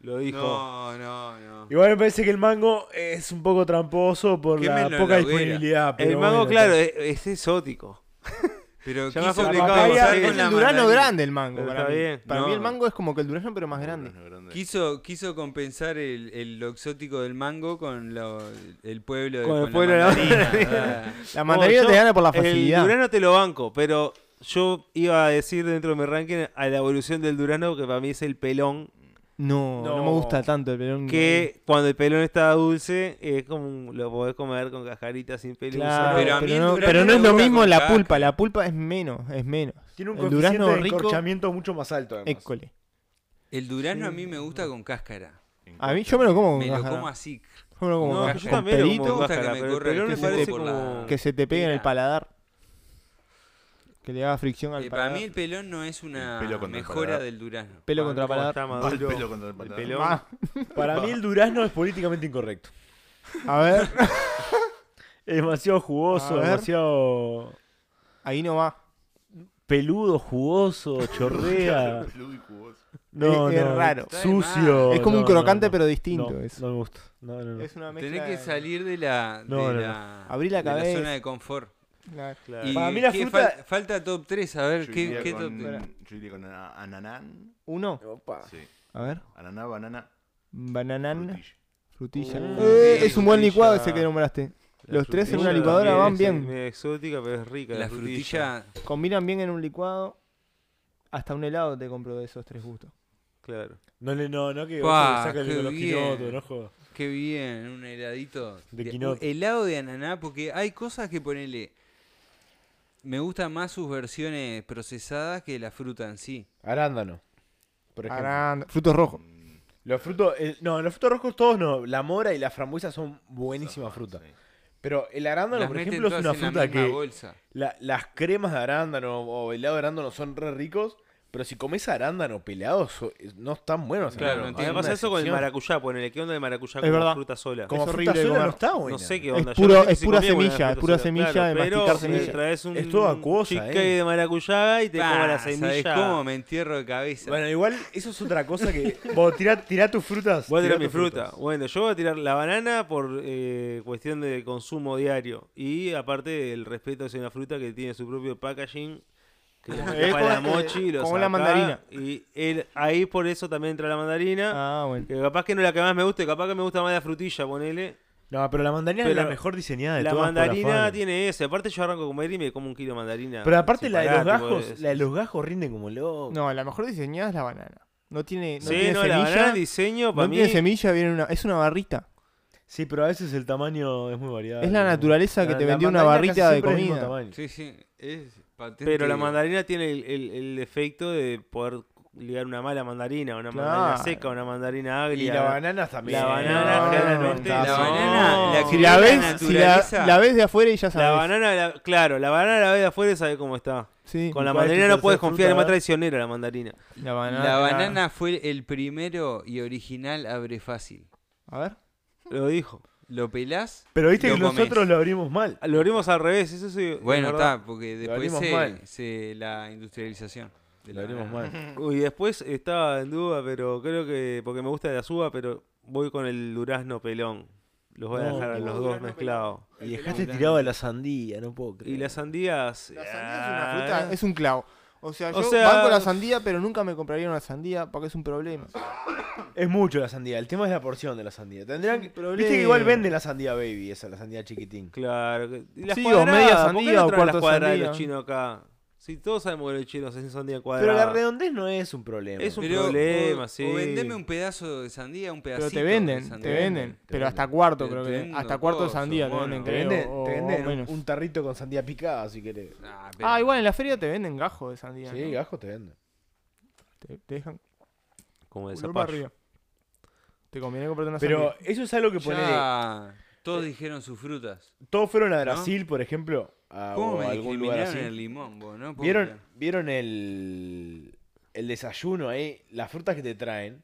[SPEAKER 6] Lo dijo.
[SPEAKER 5] No, no, no.
[SPEAKER 1] Igual me parece que el mango es un poco tramposo por la
[SPEAKER 5] Quémelo en
[SPEAKER 1] poca
[SPEAKER 5] la hoguera.
[SPEAKER 1] disponibilidad.
[SPEAKER 6] El
[SPEAKER 1] pero
[SPEAKER 6] mango,
[SPEAKER 1] bueno,
[SPEAKER 6] claro,
[SPEAKER 1] está.
[SPEAKER 6] es, es exótico.
[SPEAKER 5] Pero
[SPEAKER 6] Ya me
[SPEAKER 5] quiso
[SPEAKER 6] fue
[SPEAKER 5] la
[SPEAKER 6] complicado,
[SPEAKER 5] papaya
[SPEAKER 6] sí.
[SPEAKER 5] con
[SPEAKER 4] Es
[SPEAKER 5] la
[SPEAKER 4] el durazno
[SPEAKER 5] mandarina.
[SPEAKER 4] grande el mango.
[SPEAKER 6] Pero
[SPEAKER 4] Para,
[SPEAKER 6] está
[SPEAKER 4] mí.
[SPEAKER 6] bien.
[SPEAKER 4] Para mí
[SPEAKER 5] No.
[SPEAKER 4] el mango es como que el durazno pero más grande.
[SPEAKER 5] Quiso, quiso compensar el, el- lo exótico del mango con lo, el pueblo de,
[SPEAKER 6] Con el pueblo de la
[SPEAKER 5] mandarina. Ah.
[SPEAKER 4] La mandarina
[SPEAKER 6] No, yo-
[SPEAKER 4] te gana por la
[SPEAKER 6] El
[SPEAKER 4] facilidad.
[SPEAKER 6] Durano te lo banco, pero yo iba a decir dentro de mi ranking a la evolución del Durano, que para mí es el pelón.
[SPEAKER 4] No, no,
[SPEAKER 1] No.
[SPEAKER 4] me gusta tanto el pelón.
[SPEAKER 6] Que cuando el pelón está dulce, es como un- lo podés comer con cajaritas sin pelusa.
[SPEAKER 4] Claro,
[SPEAKER 5] Pero
[SPEAKER 4] pero,
[SPEAKER 5] a mí el
[SPEAKER 4] no,
[SPEAKER 5] durazno
[SPEAKER 4] pero no
[SPEAKER 5] me
[SPEAKER 4] es lo
[SPEAKER 5] gusta
[SPEAKER 4] mismo
[SPEAKER 5] con
[SPEAKER 4] la
[SPEAKER 5] caca.
[SPEAKER 4] pulpa. La pulpa es menos, es menos.
[SPEAKER 1] Tiene un
[SPEAKER 4] el
[SPEAKER 1] coeficiente
[SPEAKER 4] durazno
[SPEAKER 1] de
[SPEAKER 4] rico-
[SPEAKER 1] encorchamiento mucho más alto. además.
[SPEAKER 4] École.
[SPEAKER 5] El durazno a mí me gusta con cáscara.
[SPEAKER 4] A mí yo me lo como con
[SPEAKER 5] Me lo
[SPEAKER 4] cáscara.
[SPEAKER 5] como así.
[SPEAKER 4] Yo me lo como
[SPEAKER 6] No,
[SPEAKER 4] con
[SPEAKER 5] yo
[SPEAKER 6] que
[SPEAKER 4] cáscara.
[SPEAKER 6] también
[SPEAKER 5] Me
[SPEAKER 4] Con
[SPEAKER 6] lo como
[SPEAKER 4] pelito,
[SPEAKER 5] gusta
[SPEAKER 6] cáscara,
[SPEAKER 5] que me
[SPEAKER 6] pero el
[SPEAKER 5] corra el
[SPEAKER 6] pelón me
[SPEAKER 5] queso
[SPEAKER 6] parece
[SPEAKER 5] por
[SPEAKER 6] como-
[SPEAKER 5] la-
[SPEAKER 4] que se te pegue en el
[SPEAKER 5] Mira.
[SPEAKER 4] paladar. Que le haga fricción al
[SPEAKER 5] Eh, para
[SPEAKER 4] paladar.
[SPEAKER 5] mí el pelón no es una
[SPEAKER 2] El pelo contra el
[SPEAKER 5] mejora
[SPEAKER 2] paladar.
[SPEAKER 5] del durazno.
[SPEAKER 4] Pelo
[SPEAKER 6] Cuando
[SPEAKER 4] contra paladar.
[SPEAKER 6] está
[SPEAKER 2] Va el
[SPEAKER 6] maduro,
[SPEAKER 2] pelo contra el
[SPEAKER 6] el
[SPEAKER 2] paladar.
[SPEAKER 6] pelón.
[SPEAKER 4] Ah,
[SPEAKER 1] Para mí el durazno es políticamente incorrecto.
[SPEAKER 4] a ver,
[SPEAKER 1] Es demasiado jugoso,
[SPEAKER 4] A ver.
[SPEAKER 1] demasiado
[SPEAKER 4] ahí no va.
[SPEAKER 1] peludo, jugoso, chorrea.
[SPEAKER 2] Peludo y jugoso.
[SPEAKER 1] No,
[SPEAKER 4] Es- es
[SPEAKER 1] no,
[SPEAKER 4] raro.
[SPEAKER 1] Sucio.
[SPEAKER 4] Es como un
[SPEAKER 1] No,
[SPEAKER 4] crocante
[SPEAKER 1] no, no.
[SPEAKER 4] pero distinto.
[SPEAKER 1] No,
[SPEAKER 4] es.
[SPEAKER 1] no me gusta. No, no, no.
[SPEAKER 4] Es una mezcla
[SPEAKER 5] Tenés que
[SPEAKER 4] de-
[SPEAKER 5] salir de la,
[SPEAKER 1] No,
[SPEAKER 5] de
[SPEAKER 1] no, no.
[SPEAKER 5] la,
[SPEAKER 4] Abrí la
[SPEAKER 5] de
[SPEAKER 4] cabeza.
[SPEAKER 5] zona de confort.
[SPEAKER 4] Claro.
[SPEAKER 6] Claro.
[SPEAKER 5] Y
[SPEAKER 1] Para mí la
[SPEAKER 5] ¿qué
[SPEAKER 1] fruta-
[SPEAKER 5] fal- falta top 3, a ver,
[SPEAKER 2] Yo
[SPEAKER 5] ¿qué,
[SPEAKER 2] iría
[SPEAKER 5] qué top
[SPEAKER 2] con,
[SPEAKER 5] 3?
[SPEAKER 2] yo iría con ana- ananán.
[SPEAKER 4] Uno.
[SPEAKER 2] Sí.
[SPEAKER 4] A ver.
[SPEAKER 2] Ananá, banana,
[SPEAKER 4] Bananán.
[SPEAKER 2] frutilla.
[SPEAKER 4] Frutilla.
[SPEAKER 6] Uh,
[SPEAKER 4] Eh,
[SPEAKER 5] sí,
[SPEAKER 4] es un buen
[SPEAKER 6] frutilla.
[SPEAKER 4] licuado ese que nombraste.
[SPEAKER 6] La
[SPEAKER 4] Los tres en
[SPEAKER 6] frutilla
[SPEAKER 4] una licuadora
[SPEAKER 6] también
[SPEAKER 4] van
[SPEAKER 6] es
[SPEAKER 4] bien.
[SPEAKER 6] medio exótica, pero es rica. La,
[SPEAKER 5] La frutilla,
[SPEAKER 4] Combinan bien en un licuado. Hasta un helado te compro de esos tres gustos.
[SPEAKER 6] Claro.
[SPEAKER 1] No, le- no, no, que
[SPEAKER 5] Pa,
[SPEAKER 1] vos sacale
[SPEAKER 5] qué
[SPEAKER 1] con los
[SPEAKER 5] bien.
[SPEAKER 1] quinotos, no jodas.
[SPEAKER 5] qué bien, un heladito.
[SPEAKER 1] De
[SPEAKER 5] un
[SPEAKER 1] quinoa.
[SPEAKER 5] helado de ananá, porque hay cosas que ponele. Me gustan más sus versiones procesadas que la fruta en sí.
[SPEAKER 1] Arándano. Por ejemplo.
[SPEAKER 4] Aranda- Frutos rojos.
[SPEAKER 1] Los frutos. el- no, los frutos rojos todos no. La mora y la frambuesa son buenísimas frutas.
[SPEAKER 2] Sí.
[SPEAKER 1] Pero el arándano,
[SPEAKER 5] Las
[SPEAKER 1] por
[SPEAKER 5] meten
[SPEAKER 1] ejemplo, es
[SPEAKER 5] todas
[SPEAKER 1] una
[SPEAKER 5] en la
[SPEAKER 1] fruta
[SPEAKER 5] misma
[SPEAKER 1] que.
[SPEAKER 5] bolsa.
[SPEAKER 1] la- las cremas de arándano o helado de arándano son re ricos. Pero si comes arándano pelado, so- eh, no están buenos.
[SPEAKER 5] Claro,
[SPEAKER 1] arándano.
[SPEAKER 5] no
[SPEAKER 6] A mí
[SPEAKER 5] tiene
[SPEAKER 6] me
[SPEAKER 1] Es
[SPEAKER 6] pasa
[SPEAKER 1] una
[SPEAKER 6] eso con el
[SPEAKER 1] decepción.
[SPEAKER 6] maracuyá, ponele. ¿Qué onda el
[SPEAKER 4] Es
[SPEAKER 6] maracuyá como
[SPEAKER 4] verdad.
[SPEAKER 6] fruta sola?
[SPEAKER 1] Como
[SPEAKER 4] Es
[SPEAKER 1] fruta
[SPEAKER 4] horrible de
[SPEAKER 1] sola no
[SPEAKER 4] comer.
[SPEAKER 1] está buena.
[SPEAKER 6] No sé qué
[SPEAKER 4] Es
[SPEAKER 6] onda.
[SPEAKER 4] puro-
[SPEAKER 6] Yo no sé
[SPEAKER 4] es
[SPEAKER 6] si
[SPEAKER 4] pura
[SPEAKER 6] comía buenas
[SPEAKER 4] semilla, es
[SPEAKER 6] frutas
[SPEAKER 4] pura
[SPEAKER 6] solas,
[SPEAKER 4] semilla
[SPEAKER 6] claro,
[SPEAKER 4] de
[SPEAKER 6] pero
[SPEAKER 4] masticar
[SPEAKER 6] si
[SPEAKER 4] semilla.
[SPEAKER 6] traes un
[SPEAKER 1] Es toda acuosa,
[SPEAKER 6] cheesecake
[SPEAKER 1] eh.
[SPEAKER 6] de maracuyá y te como la
[SPEAKER 5] Ah, ¿sabés
[SPEAKER 6] semilla.
[SPEAKER 5] cómo me entierro de cabeza?
[SPEAKER 1] Bueno, igual eso es otra cosa que. Vos tirá, tirá tus frutas.
[SPEAKER 6] Voy a tirar
[SPEAKER 1] tirá
[SPEAKER 6] mi
[SPEAKER 1] tus
[SPEAKER 6] fruta.
[SPEAKER 1] frutas.
[SPEAKER 6] Bueno, yo voy a tirar la banana por eh, cuestión de consumo diario. Y aparte el respeto hacia una fruta que tiene su propio packaging. Que la
[SPEAKER 4] Es
[SPEAKER 6] para la
[SPEAKER 4] como-
[SPEAKER 6] mochi, lo
[SPEAKER 4] como la
[SPEAKER 6] sacás,
[SPEAKER 4] mandarina.
[SPEAKER 6] Y el- ahí por eso también entra la mandarina.
[SPEAKER 4] Ah, bueno.
[SPEAKER 6] Que capaz que no es la que más me guste, capaz que me gusta más la frutilla, ponele.
[SPEAKER 1] No, pero la mandarina es
[SPEAKER 6] Pero
[SPEAKER 1] la mejor diseñada de
[SPEAKER 6] La
[SPEAKER 1] todas. por
[SPEAKER 6] mandarina
[SPEAKER 1] afán.
[SPEAKER 6] tiene ese. Aparte yo arranco a comer y me como un kilo de mandarina.
[SPEAKER 1] Pero aparte
[SPEAKER 6] sin pues.
[SPEAKER 1] la de los
[SPEAKER 6] parar, tipo,
[SPEAKER 1] gajos,
[SPEAKER 6] es-
[SPEAKER 1] la de los gajos rinde como loco.
[SPEAKER 4] No, la mejor diseñada es la banana. No tiene, no
[SPEAKER 6] sí,
[SPEAKER 4] tiene
[SPEAKER 6] no,
[SPEAKER 4] semilla.
[SPEAKER 6] la banana diseño para
[SPEAKER 4] no
[SPEAKER 6] mí.
[SPEAKER 4] tiene semilla, viene una, es una barrita.
[SPEAKER 1] Sí, pero a veces el tamaño es muy variado.
[SPEAKER 4] Es la naturaleza que
[SPEAKER 1] La-
[SPEAKER 4] te
[SPEAKER 1] la
[SPEAKER 4] vendió una
[SPEAKER 1] mandarina casi
[SPEAKER 4] barrita de
[SPEAKER 1] siempre es del mismo
[SPEAKER 4] comida.
[SPEAKER 1] tamaño.
[SPEAKER 5] Sí, sí, es patente.
[SPEAKER 6] Pero la mandarina tiene el, el, el efecto de poder ligar una mala mandarina, una mandarina
[SPEAKER 4] Claro.
[SPEAKER 6] seca, una mandarina agria.
[SPEAKER 1] banana
[SPEAKER 6] La banana
[SPEAKER 4] No,
[SPEAKER 6] generalmente.
[SPEAKER 4] no.
[SPEAKER 5] La banana, la
[SPEAKER 4] si
[SPEAKER 5] que
[SPEAKER 4] la
[SPEAKER 5] ve
[SPEAKER 4] ves, si la,
[SPEAKER 5] naturaleza.
[SPEAKER 4] la ves de afuera y ya sabes.
[SPEAKER 6] La banana, la- claro, la banana la ve de afuera y sabe cómo está.
[SPEAKER 4] Sí.
[SPEAKER 6] Con
[SPEAKER 1] ¿Y cuál
[SPEAKER 6] la
[SPEAKER 1] es tu
[SPEAKER 6] mandarina no
[SPEAKER 1] tercera
[SPEAKER 6] puedes confiar, es más
[SPEAKER 1] fruta?
[SPEAKER 6] traicionera la mandarina.
[SPEAKER 4] La banana.
[SPEAKER 5] La banana fue el primero y original abre fácil.
[SPEAKER 4] A ver.
[SPEAKER 6] Lo dijo.
[SPEAKER 5] Lo pelás.
[SPEAKER 1] Pero viste
[SPEAKER 5] lo
[SPEAKER 1] que
[SPEAKER 5] comés.
[SPEAKER 1] nosotros lo abrimos mal.
[SPEAKER 6] Lo abrimos al revés, eso sí. es
[SPEAKER 5] Bueno,
[SPEAKER 6] verdad.
[SPEAKER 5] está, porque después
[SPEAKER 1] abrimos
[SPEAKER 5] se,
[SPEAKER 1] mal.
[SPEAKER 5] se- la industrialización. de
[SPEAKER 1] Lo
[SPEAKER 5] la
[SPEAKER 1] abrimos
[SPEAKER 5] banana.
[SPEAKER 1] mal.
[SPEAKER 6] Y después estaba en duda, pero creo que. Porque me gusta la suba, pero voy con el durazno pelón. Los voy a
[SPEAKER 1] No,
[SPEAKER 6] dejar a
[SPEAKER 1] tipo
[SPEAKER 6] los dos mezclados.
[SPEAKER 1] Y dejaste tirado la sandía, no puedo creer.
[SPEAKER 6] Y las sandías. ah,
[SPEAKER 4] La sandía es una fruta, es un clavo. O sea,
[SPEAKER 6] O
[SPEAKER 4] yo
[SPEAKER 6] sea-
[SPEAKER 4] banco la sandía, pero nunca me compraría una sandía porque es un problema.
[SPEAKER 1] Es mucho la sandía, el tema es la porción de la sandía. Tendrían que...
[SPEAKER 4] problema.
[SPEAKER 1] Viste que igual venden la sandía baby, esa, la sandía chiquitín.
[SPEAKER 6] Claro. que- Y las
[SPEAKER 4] Sí, o
[SPEAKER 6] cuadradas,
[SPEAKER 4] media
[SPEAKER 6] ¿por qué
[SPEAKER 4] sandía o
[SPEAKER 6] no traen las
[SPEAKER 4] cuarto
[SPEAKER 6] cuadradas de
[SPEAKER 4] sandía?
[SPEAKER 6] los chinos acá? Si todos sabemos que los chinos hacen sandía
[SPEAKER 1] Pero la
[SPEAKER 6] cuadrada.
[SPEAKER 1] redondez no es un problema.
[SPEAKER 6] Es un
[SPEAKER 5] Pero,
[SPEAKER 6] problema,
[SPEAKER 5] o,
[SPEAKER 6] sí.
[SPEAKER 5] o vendeme un pedazo de sandía, un pedacito.
[SPEAKER 4] Pero te
[SPEAKER 5] de
[SPEAKER 4] venden,
[SPEAKER 5] sandía.
[SPEAKER 4] te venden. Pero hasta
[SPEAKER 5] Te
[SPEAKER 4] cuarto, creo que.
[SPEAKER 5] venden
[SPEAKER 4] Hasta
[SPEAKER 5] los
[SPEAKER 4] cuarto de
[SPEAKER 5] cosos,
[SPEAKER 4] sandía te
[SPEAKER 5] mono.
[SPEAKER 4] venden,
[SPEAKER 1] Te
[SPEAKER 4] creo.
[SPEAKER 1] venden,
[SPEAKER 4] o-
[SPEAKER 1] te venden
[SPEAKER 4] o
[SPEAKER 1] un-
[SPEAKER 4] menos.
[SPEAKER 1] un tarrito con sandía picada, si querés.
[SPEAKER 5] Ah, pero-
[SPEAKER 4] Ah, igual en la feria te venden gajos de sandía.
[SPEAKER 1] Sí,
[SPEAKER 4] ¿no?
[SPEAKER 1] gajo te venden.
[SPEAKER 4] Te, te dejan
[SPEAKER 6] Como de
[SPEAKER 4] culo
[SPEAKER 6] zapallo.
[SPEAKER 4] para arriba. Te conviene comprarte una
[SPEAKER 1] Pero
[SPEAKER 4] sandía.
[SPEAKER 1] eso es algo que pone...
[SPEAKER 5] Ya todos dijeron sus frutas.
[SPEAKER 1] Todos fueron a
[SPEAKER 5] ¿No?
[SPEAKER 1] Brasil, por ejemplo, a,
[SPEAKER 5] ¿Cómo
[SPEAKER 1] Ah, o
[SPEAKER 5] me
[SPEAKER 1] a algún lugar
[SPEAKER 5] discriminaron
[SPEAKER 1] así.
[SPEAKER 5] el limón, vos? No puedo
[SPEAKER 1] ¿Vieron,
[SPEAKER 5] creer.
[SPEAKER 1] ¿Vieron el, el desayuno ahí? Las frutas que te traen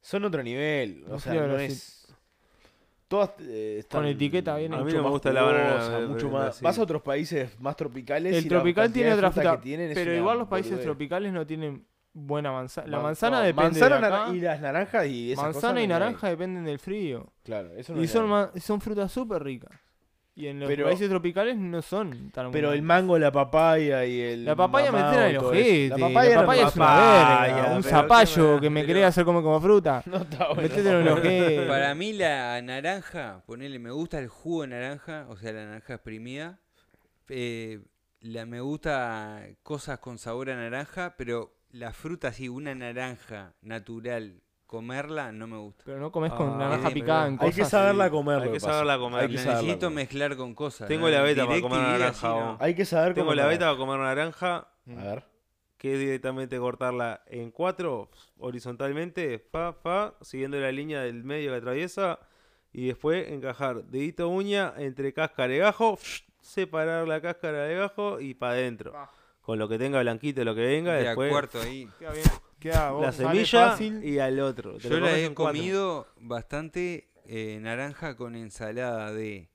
[SPEAKER 1] son otro nivel.
[SPEAKER 4] No
[SPEAKER 1] O sea,
[SPEAKER 4] fui a
[SPEAKER 1] no
[SPEAKER 4] Brasil.
[SPEAKER 1] es. Todas eh, están
[SPEAKER 4] Con etiqueta viene.
[SPEAKER 6] A mí
[SPEAKER 1] mucho
[SPEAKER 6] no me
[SPEAKER 1] más
[SPEAKER 6] gusta la banana
[SPEAKER 1] jugosas,
[SPEAKER 6] de-
[SPEAKER 1] mucho
[SPEAKER 6] de
[SPEAKER 1] más.
[SPEAKER 6] Brasil.
[SPEAKER 1] Vas a otros países más tropicales.
[SPEAKER 4] El
[SPEAKER 1] y la
[SPEAKER 4] tropical
[SPEAKER 1] cantidad
[SPEAKER 4] tiene
[SPEAKER 1] de
[SPEAKER 4] otra
[SPEAKER 1] frutas
[SPEAKER 4] fruta.
[SPEAKER 1] que tienen es
[SPEAKER 4] pero
[SPEAKER 1] una
[SPEAKER 4] igual los países
[SPEAKER 1] boludez.
[SPEAKER 4] tropicales no tienen buena manzana. La
[SPEAKER 1] Man-
[SPEAKER 4] manzana
[SPEAKER 1] no,
[SPEAKER 4] depende
[SPEAKER 1] manzana,
[SPEAKER 4] de
[SPEAKER 1] nara-
[SPEAKER 4] acá.
[SPEAKER 1] y las naranjas y esas cosas
[SPEAKER 4] manzana y
[SPEAKER 1] no hay.
[SPEAKER 4] naranja dependen del frío.
[SPEAKER 1] Claro, eso no
[SPEAKER 4] Y
[SPEAKER 1] hay
[SPEAKER 4] son,
[SPEAKER 1] ahí.
[SPEAKER 4] ma- son frutas súper ricas. Y en los
[SPEAKER 1] Pero-
[SPEAKER 4] países tropicales no son tan
[SPEAKER 1] Pero el
[SPEAKER 4] abundantes.
[SPEAKER 1] mango, la papaya y el.
[SPEAKER 4] La papaya me
[SPEAKER 1] mamao
[SPEAKER 4] entera en
[SPEAKER 1] y
[SPEAKER 4] el
[SPEAKER 1] todo
[SPEAKER 4] ojete.
[SPEAKER 1] eso.
[SPEAKER 4] La papaya,
[SPEAKER 1] no-
[SPEAKER 4] es una
[SPEAKER 6] papaya,
[SPEAKER 4] verga. Un
[SPEAKER 6] pero qué
[SPEAKER 4] zapallo que me
[SPEAKER 6] pero-
[SPEAKER 4] querés hacer comer como fruta.
[SPEAKER 1] No está bueno.
[SPEAKER 4] Métetelo en el ojete.
[SPEAKER 5] Para mí la naranja, ponele, me gusta el jugo de naranja, o sea, la naranja exprimida. Eh, la, me gusta cosas con sabor a naranja, pero la fruta así, una naranja natural, comerla no me gusta.
[SPEAKER 4] Pero no comes con
[SPEAKER 6] Ah,
[SPEAKER 4] naranja
[SPEAKER 5] sí,
[SPEAKER 4] picada
[SPEAKER 6] pero-
[SPEAKER 4] en
[SPEAKER 1] Hay
[SPEAKER 4] cosas.
[SPEAKER 1] que saberla comer.
[SPEAKER 6] Hay
[SPEAKER 1] lo
[SPEAKER 6] que
[SPEAKER 1] pasa.
[SPEAKER 6] saberla comer.
[SPEAKER 1] Hay que
[SPEAKER 5] La
[SPEAKER 1] saberla
[SPEAKER 5] necesito
[SPEAKER 1] comer.
[SPEAKER 5] mezclar con cosas.
[SPEAKER 6] Tengo la beta para comer
[SPEAKER 5] DirecTV así,
[SPEAKER 6] naranja, vos.
[SPEAKER 5] ¿no?
[SPEAKER 1] Hay que saber
[SPEAKER 6] Tengo
[SPEAKER 1] cómo
[SPEAKER 6] la
[SPEAKER 1] comer.
[SPEAKER 6] beta para comer naranja,
[SPEAKER 1] A ver.
[SPEAKER 6] que es directamente cortarla en cuatro, horizontalmente, fa, fa, siguiendo la línea del medio que atraviesa, y después encajar dedito uña entre cáscara de gajo, separar la cáscara de gajo y para adentro.
[SPEAKER 4] Ah.
[SPEAKER 6] Con lo que tenga blanquito, lo que venga,
[SPEAKER 5] De a
[SPEAKER 6] después
[SPEAKER 5] cuarto ahí.
[SPEAKER 4] Queda bien. Queda vos,
[SPEAKER 6] la
[SPEAKER 4] sale
[SPEAKER 6] semilla
[SPEAKER 4] fácil.
[SPEAKER 6] y al otro. Te lo
[SPEAKER 5] Yo la
[SPEAKER 6] comes
[SPEAKER 5] he
[SPEAKER 6] en cuatro.
[SPEAKER 5] comido bastante eh, naranja con ensalada de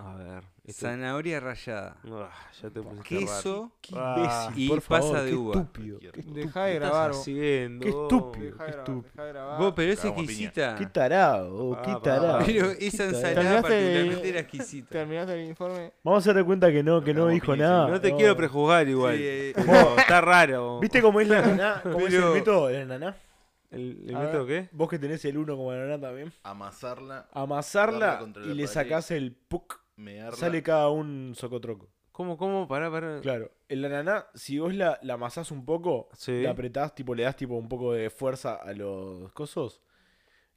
[SPEAKER 6] A ver, esto-
[SPEAKER 5] zanahoria rallada,
[SPEAKER 6] Ah, ya te pusiste raro.
[SPEAKER 5] queso
[SPEAKER 6] Ah,
[SPEAKER 5] y
[SPEAKER 1] por favor,
[SPEAKER 5] pasa de
[SPEAKER 1] qué
[SPEAKER 5] uva.
[SPEAKER 1] Estúpido.
[SPEAKER 2] Cualquier-
[SPEAKER 1] Qué
[SPEAKER 4] Dejá de
[SPEAKER 6] ¿Qué estás
[SPEAKER 4] grabar. vos.
[SPEAKER 6] haciendo?
[SPEAKER 1] Qué estúpido.
[SPEAKER 4] Dejá de grabar.
[SPEAKER 1] estúpido.
[SPEAKER 4] Dejá de grabar.
[SPEAKER 5] Vos, pero es
[SPEAKER 2] Cagamos piña.
[SPEAKER 5] exquisita.
[SPEAKER 1] Qué tarado, oh,
[SPEAKER 6] Ah,
[SPEAKER 1] qué
[SPEAKER 6] pará.
[SPEAKER 1] tarado.
[SPEAKER 5] Pero
[SPEAKER 1] Qué
[SPEAKER 5] esa
[SPEAKER 1] tarado.
[SPEAKER 5] ensalada
[SPEAKER 4] Terminaste de-
[SPEAKER 5] particularmente era exquisita.
[SPEAKER 4] Terminaste el informe.
[SPEAKER 1] Vamos a hacer de cuenta que no, que no
[SPEAKER 2] Cagamos
[SPEAKER 1] dijo
[SPEAKER 2] piña,
[SPEAKER 1] nada.
[SPEAKER 6] No te quiero prejuzgar igual.
[SPEAKER 5] Sí, eh,
[SPEAKER 6] pero está raro.
[SPEAKER 1] ¿Viste cómo es la naná? ¿Cómo es
[SPEAKER 5] Pero-
[SPEAKER 1] el método de la naná? Ah,
[SPEAKER 6] ¿El, el
[SPEAKER 4] A ver.
[SPEAKER 6] método qué?
[SPEAKER 1] Vos que tenés el 1 como la naná también.
[SPEAKER 2] Amasarla, Darla
[SPEAKER 1] Amasarla
[SPEAKER 2] contra
[SPEAKER 1] y
[SPEAKER 2] la
[SPEAKER 1] le
[SPEAKER 2] pared.
[SPEAKER 1] sacás el puc.
[SPEAKER 2] mearla.
[SPEAKER 1] Sale cada un socotroco.
[SPEAKER 6] ¿Cómo, cómo? Pará, pará.
[SPEAKER 1] Claro. En la naná, si vos la, la amasás un poco,
[SPEAKER 6] Sí.
[SPEAKER 1] la apretás, tipo, le das tipo un poco de fuerza a los cosos.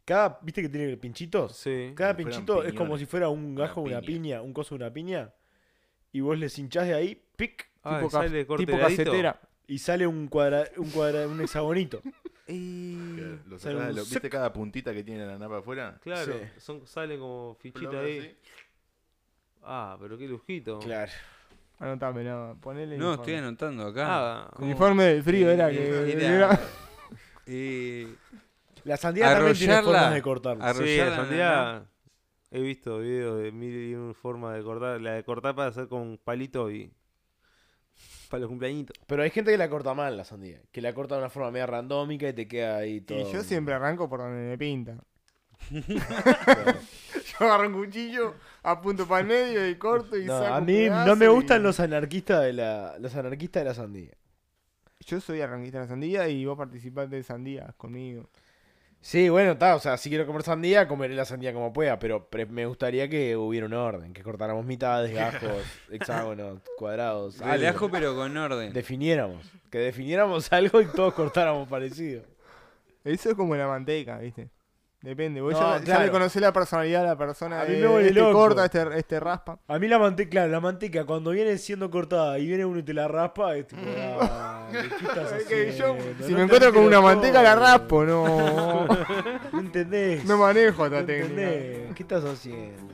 [SPEAKER 1] Cada, ¿viste que tiene pinchitos?
[SPEAKER 6] Sí.
[SPEAKER 1] Cada
[SPEAKER 2] Como si fueran
[SPEAKER 1] pinchito es como
[SPEAKER 2] piñones.
[SPEAKER 1] si fuera un
[SPEAKER 2] Una
[SPEAKER 1] gajo, una,
[SPEAKER 2] piña.
[SPEAKER 1] piña, un coso, de una piña. Y vos le hinchás de ahí, pic,
[SPEAKER 6] Ah,
[SPEAKER 4] tipo
[SPEAKER 6] sale
[SPEAKER 4] ca-
[SPEAKER 6] corte
[SPEAKER 4] tipo
[SPEAKER 6] heladito.
[SPEAKER 4] casetera.
[SPEAKER 1] y sale un cuadra, un cuadra, un hexagonito.
[SPEAKER 6] Y-
[SPEAKER 2] Lo
[SPEAKER 1] Sale
[SPEAKER 2] sacás,
[SPEAKER 1] un
[SPEAKER 2] lo-
[SPEAKER 1] sac.
[SPEAKER 2] ¿Viste cada puntita que tiene la napa afuera?
[SPEAKER 6] Claro,
[SPEAKER 1] Sí.
[SPEAKER 6] son, salen como fichitas
[SPEAKER 2] Plano
[SPEAKER 6] ahí.
[SPEAKER 2] así.
[SPEAKER 6] Ah, pero qué lujito.
[SPEAKER 1] Claro.
[SPEAKER 4] Anotámelo. Ponele.
[SPEAKER 5] No,
[SPEAKER 4] el
[SPEAKER 5] estoy
[SPEAKER 4] informe.
[SPEAKER 5] anotando acá.
[SPEAKER 6] Ah,
[SPEAKER 5] ¿Cómo?
[SPEAKER 4] El informe del frío era que.
[SPEAKER 5] Era- eh,
[SPEAKER 1] La sandía también tiene
[SPEAKER 5] Arrollarla.
[SPEAKER 1] formas de cortarla.
[SPEAKER 5] Arro-
[SPEAKER 6] Sí,
[SPEAKER 5] Arrollar
[SPEAKER 6] la
[SPEAKER 5] la
[SPEAKER 6] sandía. He visto videos de mil y una formas de cortar. La de cortar para hacer con palito y. Para los cumpleañitos.
[SPEAKER 1] Pero hay gente que la corta mal la sandía. Que la corta de una forma media randómica y te queda ahí todo.
[SPEAKER 4] Y yo siempre arranco por donde me pinta.
[SPEAKER 1] Claro.
[SPEAKER 4] Yo agarro un cuchillo, apunto para el medio y corto y
[SPEAKER 1] No,
[SPEAKER 4] saco.
[SPEAKER 1] a
[SPEAKER 4] un
[SPEAKER 1] mí
[SPEAKER 4] pedazo
[SPEAKER 1] no me
[SPEAKER 4] y-
[SPEAKER 1] gustan los anarquistas de la, los anarquistas de la sandía.
[SPEAKER 4] Yo soy arranquista de la sandía y vos participás de sandías conmigo.
[SPEAKER 1] Sí, bueno, está, o sea, si quiero comer sandía, comeré la sandía como pueda, pero pre- me gustaría que hubiera un orden, que cortáramos mitades, gajos, hexágonos, cuadrados,
[SPEAKER 5] relajo,
[SPEAKER 1] algo.
[SPEAKER 5] pero con orden.
[SPEAKER 1] Definiéramos, que definiéramos algo y todos cortáramos parecido.
[SPEAKER 4] Eso es como la manteca, ¿viste? Depende. Vos
[SPEAKER 1] No,
[SPEAKER 4] ya- ya,
[SPEAKER 1] claro.
[SPEAKER 4] le conocés la personalidad a la persona.
[SPEAKER 1] A mí
[SPEAKER 4] eh,
[SPEAKER 1] me vuelve
[SPEAKER 4] este
[SPEAKER 1] loco.
[SPEAKER 4] corta, este, este raspa.
[SPEAKER 1] A mí la manteca, claro, la manteca cuando viene siendo cortada y viene uno y te la raspa, es tipo, ah, ¿qué estás
[SPEAKER 4] Mm. Es que yo,
[SPEAKER 1] haciendo?
[SPEAKER 4] si
[SPEAKER 1] No
[SPEAKER 4] me
[SPEAKER 1] te
[SPEAKER 4] encuentro con
[SPEAKER 1] entero
[SPEAKER 4] una manteca la
[SPEAKER 1] todo.
[SPEAKER 4] raspo, no.
[SPEAKER 1] No entendés.
[SPEAKER 4] No manejo esta
[SPEAKER 1] No
[SPEAKER 4] técnica.
[SPEAKER 1] entendés. ¿Qué estás haciendo?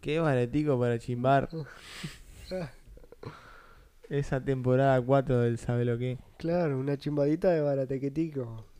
[SPEAKER 4] Qué baratico para chimbar. Esa temporada 4 del sabe lo que.
[SPEAKER 3] Claro, una chimbadita de baratequetico.